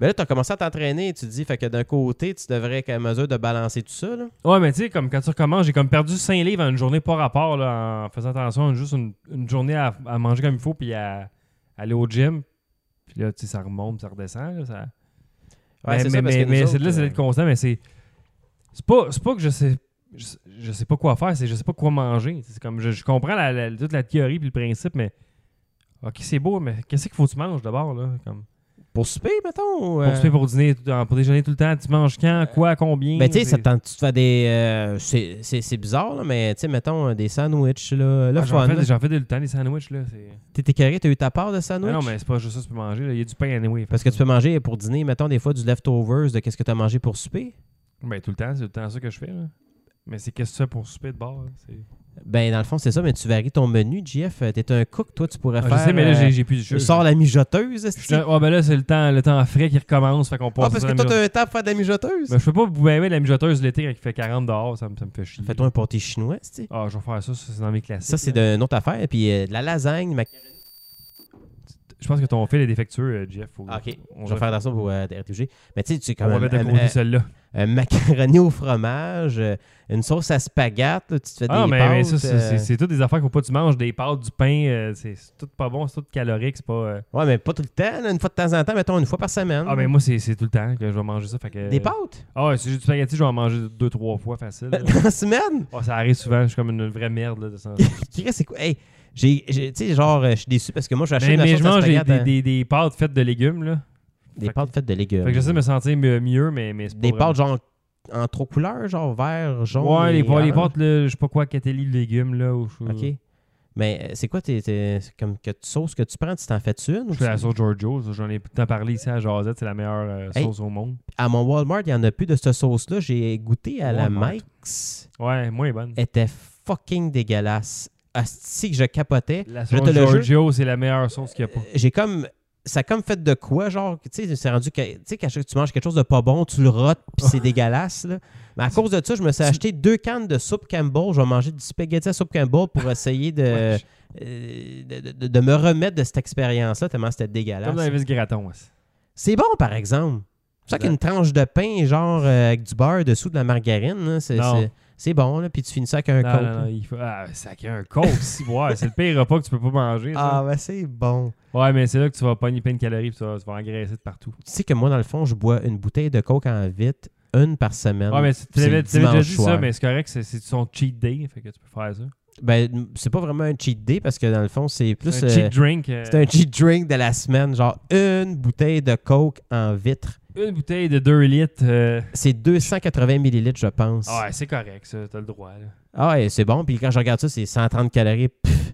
D: Mais là, t'as commencé à t'entraîner et tu te dis, fait que d'un côté, tu devrais être en mesure de balancer tout ça, là.
C: Ouais, mais tu sais, comme quand tu recommences, j'ai comme perdu 5 livres en une journée pas rapport, là, en faisant attention, juste une, une journée à, à manger comme il faut, puis à, aller au gym. Puis là, tu sais, ça remonte, puis ça redescend. Là, ça...
D: Ouais,
C: mais
D: c'est
C: mais,
D: ça, parce que
C: mais-
D: nous
C: mais
D: autres,
C: c'est de là, c'est
D: euh,
C: d'être constant, mais c'est. C'est pas, c'est pas que je sais. Je sais- je sais pas quoi faire, c'est je sais pas quoi manger. C'est comme je, je comprends la- la- toute la théorie puis le principe, mais ok c'est beau, mais qu'est-ce qu'il faut que tu manges d'abord là Comme
D: Pour souper, mettons. ou,
C: pour
D: euh,
C: souper, pour dîner, tout- pour déjeuner tout le temps, tu manges quand, quoi, combien.
D: Ben, tu sais,
C: c'est-
D: ça te tente, tu te fais des. euh, c'est, c'est, c'est bizarre, là, mais tu sais, mettons euh, des sandwichs, là. Le
C: Ah,
D: fun.
C: J'en
D: là.
C: fais, j'en fais tout le temps des sandwichs là. c'est-
D: T'es écœuré, t'as eu ta part de
C: Mais
D: sandwich?
C: non, mais c'est pas juste ça que tu peux manger. là. Il y a du pain anyway.
D: Parce que tu peux manger pour dîner, mettons, des fois du leftovers de qu'est-ce que t'as mangé pour souper.
C: Ben, tout le temps, c'est tout le temps ça que je fais. Là. Mais c'est qu'est-ce que tu fais pour souper de bord là? C'est-
D: Ben, dans le fond, c'est ça, mais tu varies ton menu, JF. Euh, T'es un cook, toi, tu pourrais
C: Ah,
D: faire.
C: je sais, mais là,
D: euh,
C: j'ai- j'ai plus du jeu.
D: Sors la mijoteuse, est-ce que-
C: Je- Ouais, ben là, c'est le temps, le temps frais qui recommence. Fait qu'on passe
D: Ah, parce
C: ça
D: que
C: à
D: toi,
C: la mijoteuse.
D: t'as un temps pour faire de la mijoteuse.
C: Ben, je peux pas vous de la mijoteuse l'été quand il fait 40 dehors. Ça me, ça me fait chier.
D: Fais-toi un pâté chinois, tu
C: Ah, je vais faire ça, ça, c'est dans mes classiques.
D: Ça, c'est
C: là.
D: d'une autre affaire. Puis euh, de la lasagne, ma...
C: Je pense que ton fil est défectueux, euh, Jeff. Faut-
D: Ah, ok.
C: On
D: je vais
C: va
D: faire euh, attention pour euh, RTG. Mais tu sais, tu es
C: On
D: quand
C: va
D: même
C: mettre de
D: un,
C: côté
D: un-
C: celle-là.
D: un macaroni au fromage, euh, une sauce à spaghetti, tu te fais
C: Ah,
D: des
C: mais,
D: pâtes.
C: mais ça, c'est-
D: euh,
C: c'est c'est toutes des affaires qu'il faut pas que tu manges. Des pâtes, du pain, euh, c'est c'est tout pas bon, c'est tout calorique. C'est pas. euh,
D: Ouais, mais pas tout le temps. là, une fois de temps en temps, mettons une fois par semaine.
C: Ah, mais moi, c'est c'est tout le temps que je vais manger ça. Fait que...
D: Des pâtes?
C: Ah ouais, si j'ai du spaghetti, je vais en manger deux, trois fois facile. là.
D: Dans la semaine?
C: Ah, ça arrive souvent, je suis comme une vraie merde là, de ça.
D: Chris, c'est quoi? Hey, j'ai, j'ai- tu sais, genre, euh, je suis déçu parce que moi, j'achète
C: mais
D: la
C: mais
D: sauce
C: je
D: à
C: mange des,
D: spaghetti, hein.
C: des, des, des pâtes faites de légumes, là.
D: Des
C: Fait que-
D: pâtes faites de légumes.
C: Fait que j'essaie de me sentir mieux, mieux, mais, mais c'est pas
D: Des
C: vraiment-
D: pâtes genre en trois couleurs, genre vert, jaune.
C: Ouais, les,
D: et
C: pâtes, les
D: orange.
C: pâtes, là, je sais pas quoi, catélie de légumes, là. Ou je,
D: OK. Mais euh, c'est quoi tes, tes- c'est comme que tu- sauce que tu prends, tu t'en fais une ou
C: Je fais la
D: tu-
C: sauce Giorgio, ça, j'en ai tant parlé ici à Jazette, c'est la meilleure euh,
D: Hey.
C: sauce au monde.
D: À mon Walmart, il n'y en a plus de cette sauce-là. J'ai goûté à la
C: Walmart.
D: Mike's.
C: Ouais, moins bonne.
D: Elle était fucking dégueulasse. Asti que je capotais.
C: La
D: Je
C: sauce
D: te le jure.
C: Giorgio, c'est la meilleure sauce qu'il y a pas.
D: J'ai comme. Ça a comme fait de quoi, genre, tu sais, c'est rendu que, tu sais, quand tu manges quelque chose de pas bon, tu le rotes, puis c'est dégueulasse, là. Mais à cause de ça, je me suis acheté deux cannes de soupe Campbell. Je vais manger du spaghetti à soupe Campbell pour essayer de,
C: Wesh.
D: euh, de, de- de me remettre de cette expérience-là, tellement c'était dégueulasse.
C: Comme dans Elvis Graton. ouais.
D: C'est bon, par exemple. C'est ça
C: Exact.
D: qu'une tranche de pain, genre, euh, avec du beurre dessous de la margarine, là, c'est-
C: Non.
D: c'est- c'est bon, là, puis tu finis ça avec un
C: Non,
D: coke, hein.
C: non, non,
D: là.
C: il faut... Ah, sac un coke, si, ouais, c'est le pire repas que tu peux pas manger. ça.
D: Ah, ben c'est bon.
C: Ouais, mais c'est là que tu vas pogner plein de calories puis tu vas, tu vas engraisser de partout.
D: Tu sais que moi, dans le fond, je bois une bouteille de coke en vite, une par semaine.
C: Ouais, mais tu
D: Ah, c'est
C: t'avais
D: le
C: tu t'avais déjà
D: dimanche
C: dit ça,
D: soir.
C: mais c'est correct, c'est c'est son cheat day, fait que tu peux faire ça.
D: Ben, c'est pas vraiment un cheat day parce que dans le fond, c'est plus.
C: C'est un
D: euh,
C: cheat drink. euh,
D: C'est un cheat drink de la semaine, genre une bouteille de coke en vitre.
C: Une bouteille de 2 litres. euh,
D: C'est 280 millilitres, je pense.
C: Ah Ouais, c'est correct, ça, t'as le droit. là.
D: Ah ouais, c'est bon. Puis quand je regarde ça, c'est 130 calories. Pff.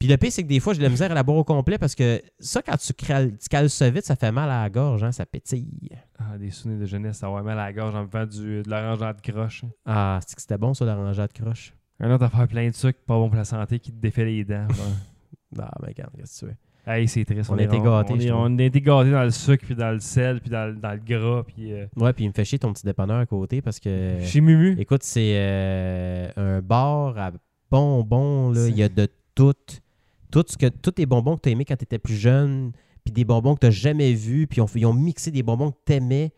D: Puis le pire, c'est que des fois, j'ai de la misère à la boire au complet parce que ça, quand tu, crales- tu cales ça vite, ça fait mal à la gorge, hein, ça pétille.
C: Ah, des souvenirs de jeunesse, ça va mal à la gorge en buvant du, de l'orangeade croche. hein.
D: Ah, c'est que c'était bon, ça, l'orangeade croche.
C: Un autre affaire plein de sucre, pas bon pour la santé, qui te défait les dents. ouais.
D: Ah, mais regarde, qu'est-ce que tu veux.
C: hey, c'est triste.
D: On a
C: est
D: été
C: ron-
D: gâtés,
C: On,
D: je
C: est-
D: trouve.
C: on a été gâtés dans le sucre, puis dans le sel, puis dans, le- dans le gras, puis. euh,
D: Ouais, puis il me fait chier ton petit dépanneur à côté parce que.
C: Chez Mumu.
D: Écoute, c'est euh, un bar à bonbons. Là.
C: C'est-
D: Il y a de tout. tout ce que, tous les bonbons que tu aimés quand tu étais plus jeune, puis des bonbons que tu jamais vus, puis on, ils ont mixé des bonbons que tu aimais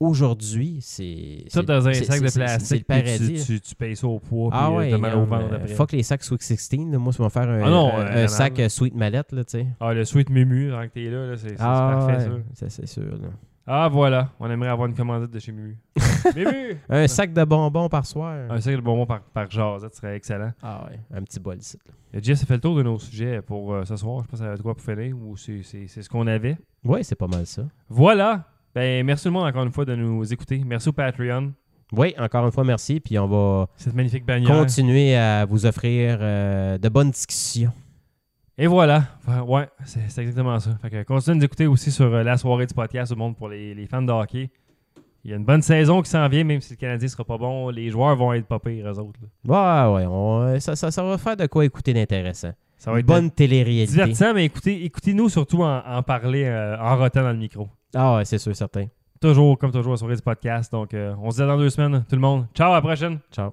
D: aujourd'hui. C'est.
C: Ça,
D: c'est-
C: dans un
D: c'est-
C: sac de
D: c'est- c'est- C'est
C: plastique,
D: le
C: puis tu,
D: paradis. hein.
C: tu, tu payes ça au poids,
D: Ah
C: puis euh,
D: ouais,
C: t'as mal au
D: euh,
C: ventre après.
D: fuck les sacs Sweet 16. là. Moi, je vais me faire un,
C: Ah non,
D: un-
C: euh,
D: un
C: la
D: sac
C: merde.
D: euh, Sweet Mallette, là, tu sais.
C: Ah, le sweet Mumu, tant que t'es là, là, c'est c'est- c'est parfait, ça.
D: Ah ouais, ça, c'est sûr. là.
C: Ah, voilà. On aimerait avoir une commandite de chez Mumu. Mumu!
D: Un sac de bonbons par soir.
C: Un sac de bonbons par, par jazz, ça serait excellent.
D: Ah ouais, un petit bol ici. là.
C: Euh, Jeff, ça fait le tour de nos sujets pour euh, ce soir. Je pense que ça va être quoi pour finir, ou c'est c'est- c'est ce qu'on avait.
D: Ouais, c'est pas mal ça.
C: Voilà! Ben, merci tout le monde encore une fois de nous écouter. Merci au Patreon.
D: Oui, encore une fois, merci. Puis on va
C: Cette magnifique bannière.
D: continuer à vous offrir euh, de bonnes discussions.
C: Et voilà. Enfin, Ouais, c'est c'est exactement ça. Fait que continuez de nous écouter aussi sur euh, la soirée du podcast au monde pour les, les fans de hockey. Il y a une bonne saison qui s'en vient, même si le Canadien sera pas bon, les joueurs vont être pas pires, eux autres. là.
D: Ouais, Bah, ouais, on- ça, ça- ça va faire de quoi écouter d'intéressant.
C: Ça va être euh,
D: Bonne télé-réalité.
C: divertissant, mais écoutez, écoutez-nous surtout en, en parler, euh, en rotant dans le micro.
D: Ah ouais, c'est sûr, certain.
C: Toujours, comme toujours, la soirée du podcast. Donc, euh, on se dit à dans deux semaines, tout le monde. Ciao, à la prochaine!
D: Ciao.